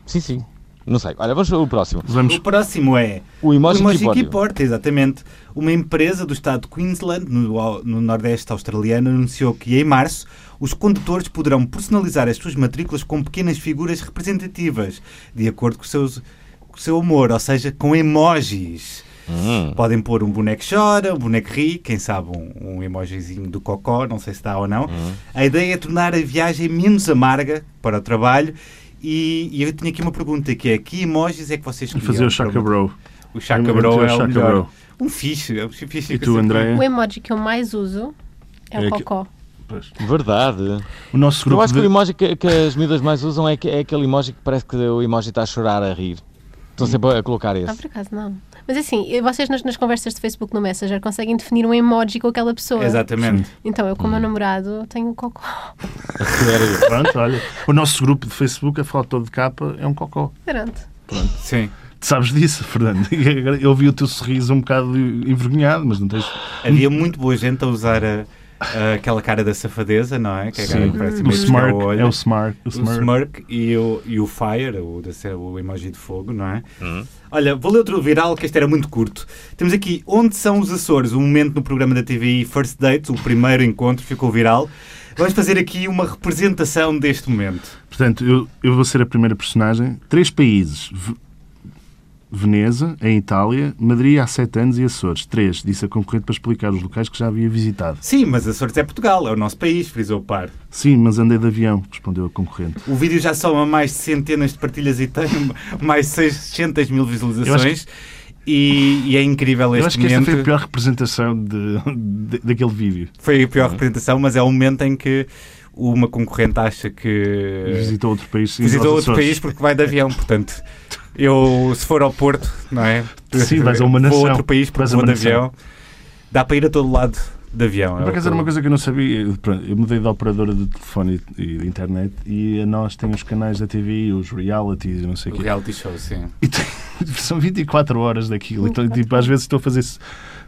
S1: Sim, sim. Não sei. Olha, vamos para o próximo.
S3: Vamos.
S2: O próximo é
S1: O emoji que
S2: que
S1: importa.
S2: importa, exatamente. Uma empresa do estado de Queensland, no, no Nordeste Australiano, anunciou que em março os condutores poderão personalizar as suas matrículas com pequenas figuras representativas, de acordo com, os seus, com o seu humor, ou seja, com emojis.
S3: Hum.
S1: Hum.
S2: Podem pôr um boneco chora, um boneco ri, quem sabe um, um emojizinho do cocó, não sei se está ou não. A ideia é tornar a viagem menos amarga para o trabalho. E, e eu tinha aqui uma pergunta que é, que emojis é que vocês
S3: E
S1: um
S3: fazer o Chaka Bro.
S2: o Chaka
S3: Eu
S2: Bro
S3: meti o
S2: é o
S3: Chaka
S2: melhor.
S3: Bro.
S2: Um fixe, é um fixe.
S3: E
S2: que
S3: tu,
S2: eu sempre-
S4: O
S3: Andréia?
S4: emoji que eu mais uso é o
S3: É aqui-
S4: cocó.
S1: Verdade.
S3: O nosso
S1: Eu
S3: grupo
S1: acho que o
S3: de.
S1: emoji que, que as miúdas mais usam é, que- é aquele emoji que parece que o emoji está a chorar, a rir. Estão sempre a colocar
S4: Ah,
S1: esse.
S4: por acaso não. Mas assim, eh, vocês nas, nas conversas de Facebook no Messenger conseguem definir um emoji com aquela pessoa.
S2: Exatamente.
S4: Então eu com
S3: Hum.
S4: o meu namorado tenho o cocó.
S1: Sério.
S3: Pronto, olha. O nosso grupo de Facebook, a foto de capa é um cocó.
S4: Pronto.
S2: Sim.
S3: Tu sabes disso, Fernando. E agora Eu vi o teu sorriso um bocado envergonhado, mas não tens.
S2: Havia muito boa gente a usar a- a- aquela cara da safadeza, não é? Que é a cara que parece
S3: O
S2: meio buscar
S3: Smart
S2: o olho.
S3: é o Smart.
S2: O
S3: O Smart.
S2: Smirk e o, e o Fire, o, da ser- o emoji de fogo, não é?
S3: Uhum.
S2: Olha, vou ler outro viral, que este era muito curto. Temos aqui Onde são os Açores? Um momento no programa da TVI First Date, o primeiro encontro, ficou viral. Vamos fazer aqui uma representação deste momento.
S3: Portanto, eu, eu vou ser a primeira personagem. Três países. V- Veneza, em Itália, Madrid há sete anos e Açores. Três, disse a concorrente para explicar os locais que já havia visitado.
S2: Sim, mas Açores é Portugal, é o nosso país, frisou o par.
S3: Sim, mas andei de avião, respondeu a concorrente.
S2: O vídeo já soma mais de centenas de partilhas e tem mais de 600 mil
S3: Eu acho
S2: visualizações. E, e é incrível
S3: Eu
S2: este
S3: acho que esta
S2: momento.
S3: foi a pior representação de, de- daquele vídeo.
S2: Foi a
S3: Uhum.
S2: pior representação, mas é o momento em que uma concorrente acha que
S3: Visitou outro país. sim,
S2: É. visitou
S3: aos
S2: outro país
S3: Açores.
S2: porque vai de avião. Portanto, eu, se for ao Porto, não é?
S3: Sim, vais a uma
S2: Vou
S3: nação.
S2: a outro país porque
S3: Vais a
S2: vou
S3: uma
S2: de
S3: nação.
S2: avião. Dá para ir a todo lado de avião. é
S3: Por
S2: o
S3: acaso era
S2: que
S3: uma
S2: eu-
S3: coisa que eu não sabia. Eu, pronto, eu mudei de operadora de telefone e, e de internet e a nós temos os canais da TV, os realities e não sei o quê.
S2: Reality show, sim.
S3: E tem- são 24 horas daquilo. Então, tipo, às vezes estou a fazer s-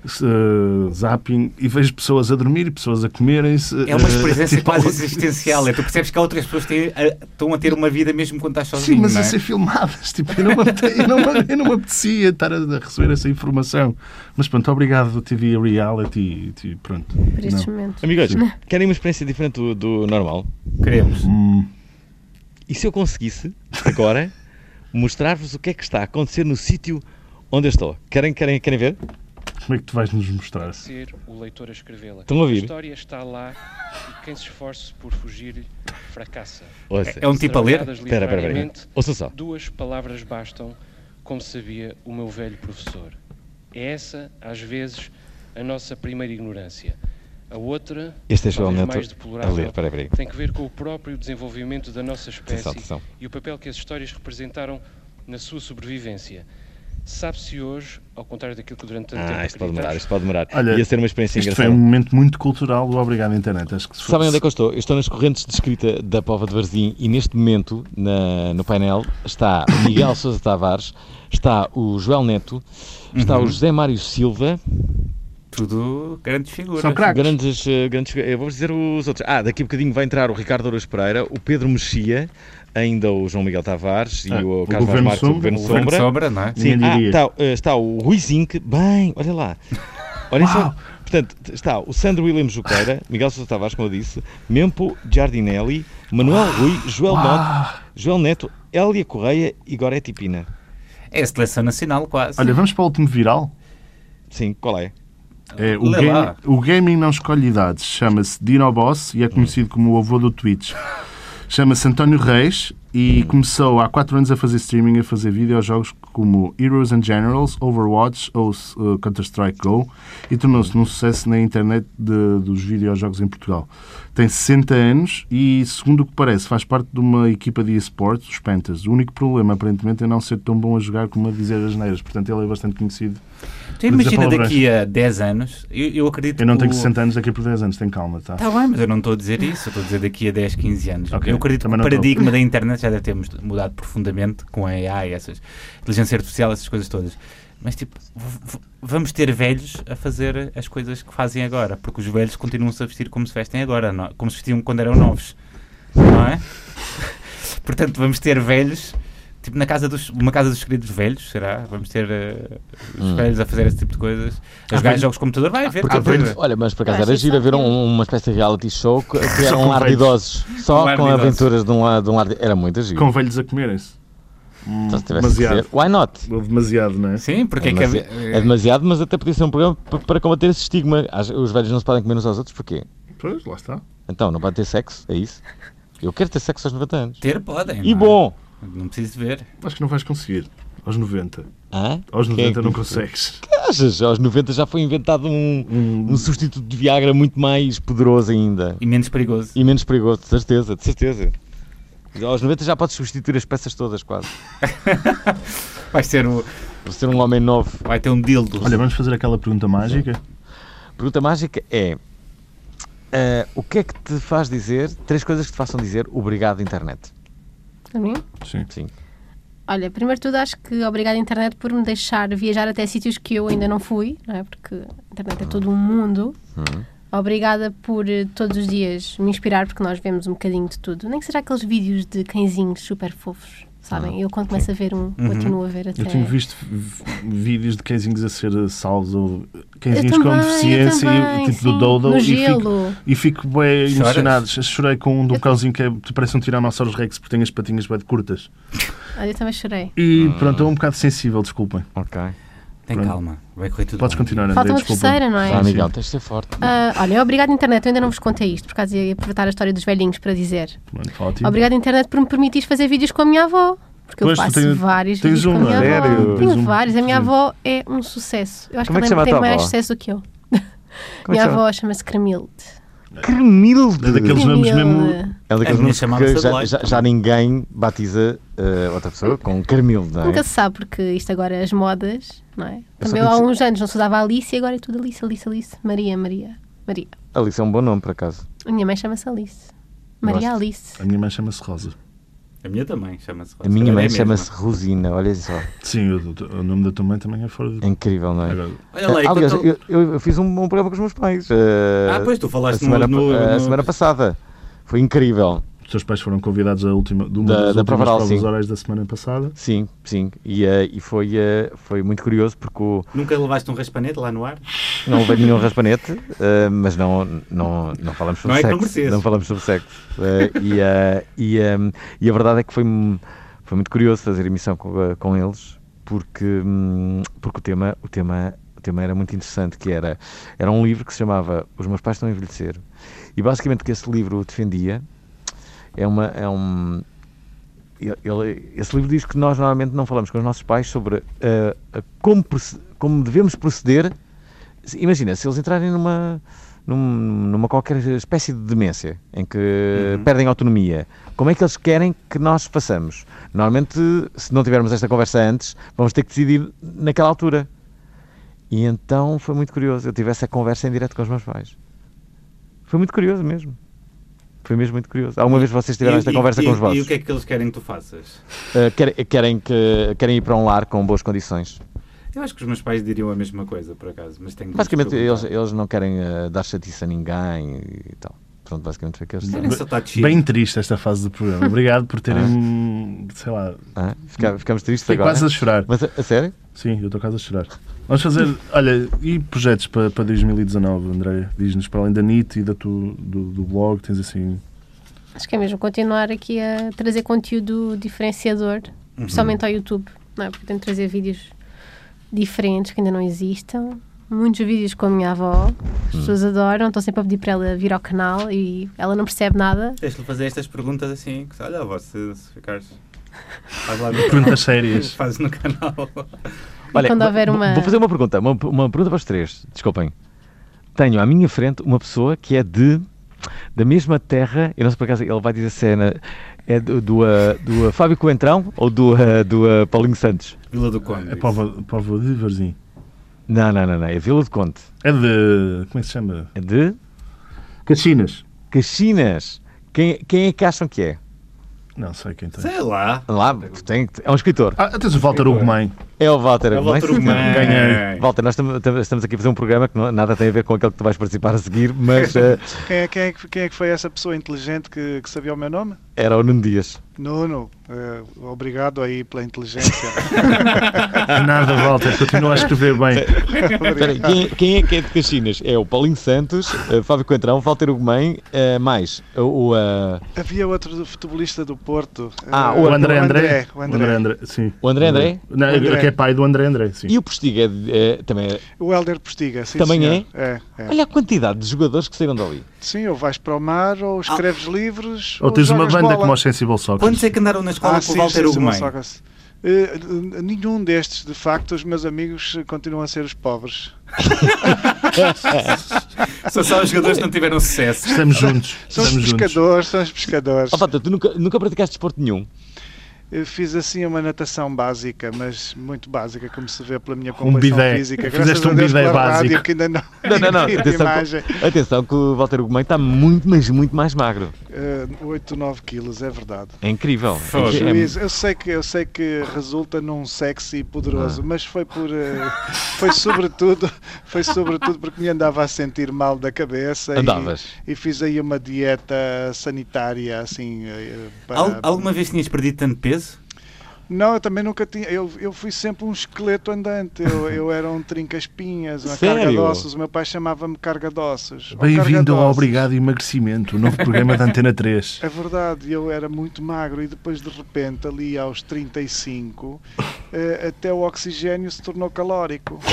S3: s- eh, zapping e vejo pessoas a dormir e pessoas a comerem-se.
S2: É uma
S3: eh,
S2: experiência
S3: tipo,
S2: quase existencial. É, tu percebes que há outras pessoas que têm- a- estão a ter uma vida mesmo quando estás sozinho.
S3: Sim, mas
S2: não
S3: a
S2: é?
S3: ser filmadas. Tipo, eu, não me, apete- eu, não me- eu não me apetecia estar a, a receber essa informação. Mas pronto, obrigado, TV Reality. e Pronto.
S4: por estes
S3: Não.
S4: momentos.
S1: Amigos, querem uma experiência diferente do, do normal?
S2: é? Queremos.
S3: Hum.
S1: E se eu conseguisse, agora, mostrar-vos o que é que está a acontecer no sítio onde eu estou? Querem, querem, querem ver?
S3: Como é que tu vais nos mostrar?
S7: ser o leitor a escrevê-la.
S1: Estão a ouvir?
S7: A história está lá e quem se esforce por fugir-lhe fracassa.
S1: Ouça.
S2: É um tipo a ler?
S7: Trabalhadas
S1: Espera, espera, espera.
S7: literariamente,
S1: Ouça só.
S7: Duas palavras bastam, como sabia o meu velho professor. É essa, às vezes, a nossa primeira ignorância. A outra,
S1: Este é
S7: talvez
S1: realmente
S7: mais
S1: a
S7: deplorável,
S1: ler. Espera, espera aí.
S7: tem que ver com o próprio desenvolvimento da nossa espécie
S1: Atenção, atenção.
S7: e o papel que as histórias representaram na sua sobrevivência. Sabe-se hoje, ao contrário daquilo que durante tanto tempo
S1: Ah, isto pode demorar,
S7: acreditámos,
S1: isto pode demorar.
S3: Olha,
S1: Ia ser uma experiência
S3: Isto foi
S1: engraçada.
S3: um momento muito cultural do Obrigado Internet. Acho que se
S1: Sabem onde é
S3: fosse-
S1: que eu estou? Eu estou nas correntes de escrita da Pova de Varzim e neste momento, na- no painel, está o Miguel Sousa Tavares, está o Joel Neto, está o José Mário Silva,
S2: Tudo grandes figuras.
S3: São craques.
S1: grandes, eh, grandes... Eu vou dizer os outros. Ah, daqui a bocadinho vai entrar o Ricardo Ouros Pereira, o Pedro Mexia, ainda o João Miguel Tavares e
S3: Ah,
S1: o
S3: o
S1: Carlos Vaz
S3: Governo
S1: Marques, o
S3: Sombra,
S1: Governo
S2: O Sombra.
S1: Sombra.
S2: Sombra, não é?
S1: Sim,
S3: Ninguém
S1: ah,
S3: diria.
S1: está, eh, está o Rui Zinc, bem, olha lá. Olhem só. Portanto, está o Sandro William Juqueira, Miguel Sousa Tavares, como eu disse, Mempo Giardinelli, Manuel Rui, Joel, Neto, Joel Neto, Hélia Correia e Goretti Pina.
S2: É a seleção nacional, quase.
S3: Olha, vamos para o último viral.
S1: Sim, qual é?
S3: É, o,
S2: Lê lá.
S3: game- o gaming não escolhe idades. Chama-se Dino Boss e é conhecido como o avô do Twitch. Chama-se António Reis e começou há 4 anos a fazer streaming, a fazer videojogos como Heroes and Generals, Overwatch ou uh, Counter-Strike Go e tornou-se num sucesso na internet de- dos videojogos em Portugal. Tem 60 anos e, segundo o que parece, faz parte de uma equipa de esportes, os Panthers. O único problema, aparentemente, é não ser tão bom a jogar como a dizer as neiras. Portanto, ele é bastante conhecido.
S2: Tu Então imagina
S3: Desapalavrões.
S2: daqui a 10 anos, eu, eu acredito
S3: Eu não
S2: que
S3: tenho
S2: o-
S3: 60 anos daqui por 10 anos, tem calma, tá?
S2: Está bem, mas eu não estou a dizer isso, eu estou a dizer daqui a 10, 15 anos.
S3: Ok,
S2: Eu acredito que
S3: também
S2: o
S3: não estou.
S2: paradigma da internet já deve ter mud- mudado profundamente com a AI, essas inteligência artificial, essas coisas todas. Mas tipo, v- v- vamos ter velhos a fazer as coisas que fazem agora, porque os velhos continuam-se a vestir como se vestem agora, não- é? como se vestiam quando eram novos, não é? Portanto, vamos ter velhos, tipo na casa dos, uma casa dos queridos velhos, será? Vamos ter eh, os velhos a fazer esse tipo de coisas,
S3: Ah,
S2: a jogar jogos de computador, vai ver.
S1: Porque
S2: qualquer
S1: aprende-
S2: coisa.
S1: olha, mas por acaso
S4: Eu acho
S1: era giro
S4: isso
S1: ver
S4: ótimo.
S1: um- uma espécie de reality show que, que
S3: Só
S1: era
S3: com
S1: um lar de
S3: velhos.
S1: idosos. Só
S2: Um lar de
S1: com
S2: idosos.
S1: aventuras de um, lar- de um lar de... Era muito giro.
S3: Com velhos a comerem-se.
S1: Então, se tivesse que
S3: Demasiado.
S1: ser, why not?
S3: Demasiado, não é?
S2: Sim, porque é que
S1: Demasi-
S2: havia-
S1: é demasiado, mas até podia ser um programa p- para combater esse estigma. As- Os velhos não se podem comer uns aos outros, porquê?
S3: Pois, lá está.
S1: Então, não pode ter sexo? É isso? Eu quero ter sexo aos 90 anos.
S2: Ter podem.
S1: E
S2: não é?
S1: bom!
S2: Não preciso de ver.
S3: Acho que não vais conseguir. Aos 90.
S1: Hã?
S3: Aos
S1: Quem é
S3: 90
S1: que-
S3: não consegues.
S1: Achas? Aos 90 já foi inventado um, um substituto de Viagra muito mais poderoso ainda.
S2: E menos perigoso.
S1: E menos perigoso, de certeza, de certeza. Aos 90 já podes substituir as peças todas, quase.
S2: Vai, ser o,
S1: Por ser um homem novo.
S2: vai ter um dildo.
S3: Olha, vamos fazer aquela pergunta mágica.
S1: A pergunta mágica é: ah, o que é que te faz dizer, três coisas que te façam dizer obrigado, internet?
S4: Para mim?
S3: Sim.
S1: Sim.
S4: Olha, primeiro de tudo acho que obrigado à internet por me deixar viajar até sítios que eu ainda não fui, não é? Porque a internet é todo um mundo. Obrigada por eh, todos os dias me inspirar, porque nós vemos um bocadinho de tudo. Nem que seja aqueles vídeos de cãezinhos super fofos, sabem? eu quando começo a ver um, continuo a ver até.
S3: Uhum. Eu tenho visto v- vídeos de quezinhos a ser eh, salvos ou
S4: Eu
S3: quezinhos com
S4: também, eu
S3: deficiência
S4: também,
S3: e tipo do
S4: sim.
S3: dodo
S4: No
S3: e fico,
S4: gelo.
S3: e fico bem
S2: Choras?
S3: emocionado. Chorei com um do cãozinho que é, que parece um Tiranossauro Rex porque tem as patinhas bem curtas.
S4: Olha, eu também chorei.
S3: E
S1: Ah.
S3: pronto, é um bocado sensível, desculpem.
S1: Ok.
S2: Tem
S3: Pronto.
S2: calma. Vai correr tudo
S3: Podes
S2: bem.
S3: continuar, André,
S4: Falta uma
S3: desculpa.
S4: terceira, não é?
S1: Ah, Miguel, tens de ser forte.
S4: Ah, olha, obrigado internet, eu ainda não vos contei isto, por causa de aproveitar a história dos velhinhos para dizer.
S3: Pronto, ótimo.
S4: Obrigado internet por me permitires fazer vídeos com a minha avó. Porque
S3: Tipo- Pois,
S4: eu
S3: tu
S4: faço
S3: tens-
S4: vários
S3: tens
S4: vídeos com a
S3: um,
S4: minha
S3: não é?
S4: avó.
S3: Sério?
S4: Tenho
S3: Tens um-
S4: vários. A minha
S3: Sim.
S4: avó é um sucesso. Eu acho
S8: Como é que
S4: que
S8: se
S4: ela
S8: chama a
S4: tem
S8: tua
S4: mais
S8: avó?
S4: sucesso do que eu.
S8: Como é
S4: minha
S8: que chama?
S4: avó chama-se Cremilde.
S1: Cremilde!
S3: É daqueles nomes mesmo.
S1: É daqueles
S2: A minha
S1: nomes
S2: chamava-se
S1: que já,
S2: Adelaide.
S1: já, já ninguém batiza eh, outra pessoa com Carmilde, não é?
S4: Nunca se sabe, porque isto agora é as modas, não é?
S1: Eu só
S4: Também há
S1: conheci-
S4: uns anos não se usava Alice e agora é tudo Alice, Alice, Alice. Maria, Maria, Maria.
S1: Alice é um bom nome, por acaso.
S4: A minha mãe chama-se Alice. Maria
S1: Gosto.
S4: Alice.
S3: A minha mãe chama-se Rosa.
S2: A minha também chama-se é
S1: A minha mãe chama-se Rosina, olha só.
S3: Sim, o, o nome da tua mãe também é fora de.
S1: É incrível, não é?
S3: Agora,
S2: Olha lá, enquanto-
S1: Aliás, eu, eu- eu fiz um, um programa com os meus pais. eh,
S2: Ah, pois, tu
S1: a
S2: falaste no-
S1: semana,
S2: no-
S1: eh, a
S2: no-
S1: semana passada. Foi incrível.
S3: os teus pais foram convidados à última, de uma
S1: Da-
S3: das
S1: da
S3: últimas
S1: prova oral,
S3: provas
S1: sim.
S3: orais da semana passada.
S1: Sim, sim. E, eh, e foi, eh, foi muito curioso porque o-
S2: Nunca levaste um raspanete lá no ar?
S1: não houve nenhum raspanete, eh, mas não, não, não falamos sobre
S2: Não é que não
S1: sexo.
S2: mereces.
S1: não falamos sobre sexo. Eh, e, eh, e, eh, e a verdade é que foi, foi muito curioso fazer emissão com, eh, com eles porque, hum, porque o, tema, o, tema, o tema era muito interessante, que era, era um livro que se chamava Os Meus Pais Estão a Envelhecer. E basicamente o que esse livro defendia é uma... É um, ele- ele- esse livro diz que nós normalmente não falamos com os nossos pais sobre eh, a como, proce- como devemos proceder. Se- Imagina, se eles entrarem numa, num- numa qualquer espécie de demência em que
S2: Uhum.
S1: perdem autonomia, como é que eles querem que nós façamos? Normalmente, se não tivermos esta conversa antes, vamos ter que decidir naquela altura. E então foi muito curioso. Eu tive essa conversa em direto com os meus pais. Foi muito curioso mesmo. Foi mesmo muito curioso. Alguma vez vocês tiveram
S2: E-
S1: esta
S2: e-
S1: conversa
S2: e-
S1: com os vossos?
S2: E o que é que eles querem que tu faças?
S1: Uh, quer- querem, que, querem ir para um lar com boas condições.
S2: Eu acho que os meus pais diriam a mesma coisa, por acaso, mas tenho que lhes
S1: Basicamente, eles,
S2: perguntar.
S1: eles não querem uh, dar chatice a ninguém e tal. Pronto, basicamente foi o que eles
S2: Querem só estar chill.
S3: Bem triste esta fase do programa. Obrigado por terem, sei lá,
S1: Ah, fica- ficamos tristes
S3: fiquei
S1: agora. né?
S3: quase a chorar.
S1: Mas a, a sério?
S3: Sim, eu estou quase a chorar. Vamos fazer, olha, e projetos para, para 2019, André? Diz-nos, para além da NIT e da tu, do, do blog, tens assim...
S4: Acho que é mesmo continuar aqui a trazer conteúdo diferenciador,
S1: Uhum.
S4: principalmente ao YouTube, não é? Porque tento trazer vídeos diferentes que ainda não existam. Muitos vídeos com a minha avó,
S1: Hum.
S4: as pessoas adoram, estão sempre a pedir para ela vir ao canal e ela não percebe nada.
S2: Tens-lhe fazer estas perguntas assim, que, olha, avó, se, se ficares... Faz lá no canal.
S3: Perguntas sérias.
S2: Faz no canal.
S4: quando
S1: vou-
S4: houver
S1: vou-
S4: uma-
S1: Vou fazer um uma pergunta, uma, uma pergunta para os três. Desculpem. Tenho à minha frente uma pessoa que é de da mesma terra, eu não sei por acaso, ele vai dizer se é, na- é do, do, uh, do, uh, Fábio Coentrão ou do, uh, do uh, Paulinho Santos?
S2: Vila do Conde.
S3: É povo, povo de Varzim.
S1: Não, não, não, não, é Vila de Conte.
S3: É de... como é que se chama?
S1: É de
S3: Caxinas.
S1: Caxinas. Quem, quem é que acham que é?
S3: Não sei quem tem.
S2: Sei lá.
S1: Lá, tem, é um escritor.
S3: Ah, tens o Walter Ugumem.
S1: É o Walter
S2: É o Walter
S1: Ugumem.
S2: Ugumem. Ganhei.
S1: Walter, nós tam- tam- estamos aqui a fazer um programa que não- nada tem a ver com aquele que tu vais participar a seguir, mas eh,
S8: Quem é, quem, é, que- quem é que foi essa pessoa inteligente que, que sabia o meu nome?
S1: era o Nuno Dias.
S8: Nuno, eh, obrigado aí pela inteligência.
S3: Nada, Walter, continua a escrever bem.
S1: Espera aí, quem, quem é que é de Caxinas? É o Paulinho Santos, eh, Fábio Coentrão, Walter Ugumem, eh, mais o... o, eh,
S8: Ah, Havia outro futebolista do Porto.
S1: Ah,
S8: eh,
S1: o
S3: O André André.
S8: O André. O, Helder
S3: sim.
S1: O André André?
S3: Não,
S8: O André.
S3: que é pai do André André, sim.
S1: e o Postiga é de- é- também... é-
S8: Postiga, sim,
S1: Também
S8: senhor. é? É,
S1: Olha a quantidade de jogadores que saíram dali.
S8: Sim, ou vais para o mar,
S2: Ah.
S8: ou escreves livros,
S3: Ou tens uma
S8: jogas
S3: banda
S8: bola.
S3: como os Sensible Soccer.
S2: Quantos é que andaram na escola
S8: Ah,
S2: com o
S8: sim,
S2: Walter
S8: sim, sim,
S2: Ugumem?
S8: só que- Eh, n- nenhum destes, de facto, os meus amigos eh, continuam a ser os pobres.
S2: São só os jogadores que não tiveram sucesso.
S3: Estamos juntos.
S8: São os
S3: Estamos juntos.
S8: pescadores, são os pescadores.
S1: Ó, Oh, Walter, tu nunca, nunca praticaste desporto nenhum?
S8: Eu fiz assim uma natação básica, mas muito básica, como se vê pela minha
S3: Um
S8: compreensão
S3: bidé.
S8: física.
S3: Fizeste um
S8: Deus
S3: bidé
S8: pela
S3: básico.
S8: rádio que ainda não,
S1: Não, não, não.
S8: tive
S1: Atenção,
S8: imagem.
S1: que, atenção que o Walter Ugumem está muito, mas muito mais magro.
S8: Eh, 8, 9 quilos, é verdade.
S1: É incrível.
S2: Fogo.
S1: É- é-
S8: Juiz, eu sei que eu sei que resulta num sexy
S3: Ah.
S8: poderoso, mas foi por eh, foi sobretudo foi sobretudo porque me andava a sentir mal da cabeça e-
S1: Andavas.
S8: E, fiz aí uma dieta sanitária assim eh, para-
S2: Al- alguma vez tinhas perdido tanto peso?
S8: Não, eu também nunca tinha. Eu, eu fui sempre um esqueleto andante. Eu, eu era um trinca-espinhas, uma carga de
S1: Sério?
S8: ossos. O meu pai chamava-me carga de ossos. ou carga de
S3: Bem-vindo ao
S8: ossos.
S3: Obrigado Emagrecimento, o novo programa da Antena 3.
S8: É verdade, eu era muito magro e depois de repente, ali aos 35,
S3: Oh.
S8: eh, até o oxigênio se tornou calórico.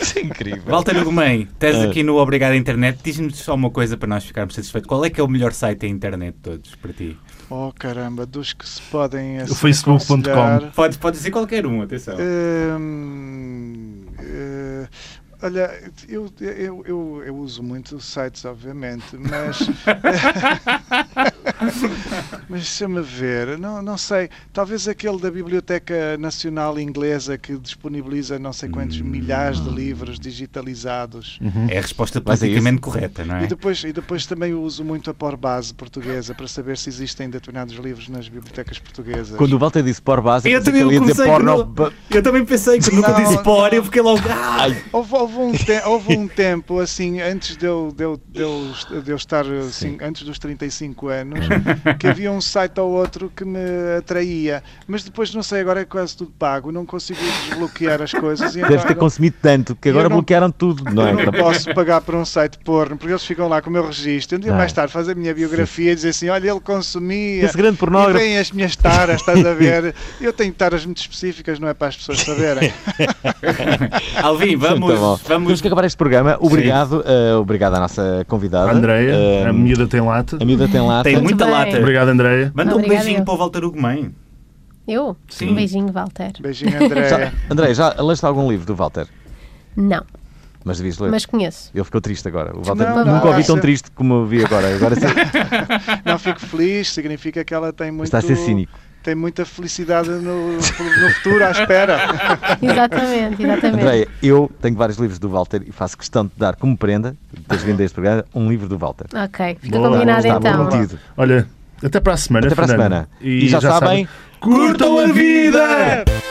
S1: Isso é incrível.
S2: Walter Gomem, estás
S1: Ah.
S2: aqui no Obrigado à Internet. Diz-nos só uma coisa para nós ficarmos satisfeitos. Qual é que é o melhor site da internet de todos para ti?
S8: Oh caramba, dos que se podem assim,
S3: facebook.com.
S8: aconselhar,
S2: Podes, podes dizer qualquer um, atenção.
S8: Uhum. hum, eh, olha, eu, eu, eu, eu uso muito sites, obviamente, mas. mas deixa-me ver, não, não sei. Talvez aquele da Biblioteca Nacional Inglesa que disponibiliza não sei quantos milhares de livros digitalizados.
S2: É a resposta
S1: Mas é
S2: basicamente correta, não
S8: E
S2: é?
S8: depois, e depois também eu uso muito a Porbase portuguesa para saber se existem determinados livros nas bibliotecas portuguesas.
S1: Quando o Walter disse por base,
S2: Eu
S1: pensei
S2: também
S1: que ele ia dizer
S2: comecei
S1: porno.
S2: com Eu também pensei que nunca
S8: Não,
S2: disse
S8: não.
S2: por, eu fiquei logo. "Ah!"
S8: Houve, houve um te- houve um tempo, assim, antes de eu, de eu- de eu est- de eu estar, assim, antes dos 35 anos, que havia um site ou outro que me atraía. Mas depois, não sei, agora é quase tudo pago, não consigo desbloquear as coisas. E
S1: Deves ter
S8: então,
S1: consumido tanto que
S8: Eu
S1: agora
S8: não-
S1: bloquearam tudo, não
S8: eu
S1: é?
S8: não posso pagar por um site porno, porque eles ficam lá com o meu registro. Um dia
S1: Não.
S8: mais tarde faz a minha biografia e diz assim, olha, ele consumia...
S1: Ah. Esse grande
S8: E
S1: pornógrafo.
S8: vêm as minhas taras, estás a ver? Eu tenho taras muito específicas, não é para as pessoas saberem.
S2: Alvin,
S8: Tá
S2: vamos.
S1: Muito bom. então, Temos
S2: vamos...
S1: que
S4: é
S1: acabar este programa. Obrigado, eh, obrigado à nossa convidada.
S3: Andreia,
S1: Eh,
S3: a miúda tem lata.
S1: a miúda tem lata.
S2: Tem
S4: Muito
S2: muita
S4: bem.
S2: lata.
S3: Obrigado, Andreia.
S2: Manda um
S4: Obrigada,
S2: beijinho
S4: eu.
S2: para o Walter Ugumem.
S4: Eu?
S2: Sim.
S4: Um beijinho, Walter.
S8: Beijinho, Andréia.
S1: André, já leste algum livro do Walter?
S4: Não,
S1: Mas devias ler.
S4: mas conheço.
S1: Ele ficou triste agora. O Walter
S8: Não,
S1: nunca
S4: não,
S1: o vi
S8: acho-
S1: tão triste como o vi agora. Agora sim,
S8: Não fico feliz, significa que ela tem muito.
S1: está a ser cínico.
S8: Tem muita felicidade no, no futuro à espera.
S4: Exatamente, exatamente.
S1: André, eu tenho vários livros do Walter e faço questão de dar como prenda, depois de vender este programa, um livro do Walter.
S4: Ok, fica
S3: Boa.
S4: combinado
S1: Está
S4: então.
S1: prometido.
S3: Olha, até para a semana.
S1: Até para a
S3: Fernando.
S1: semana. E já sabem,
S3: curtam a vida!
S2: vida!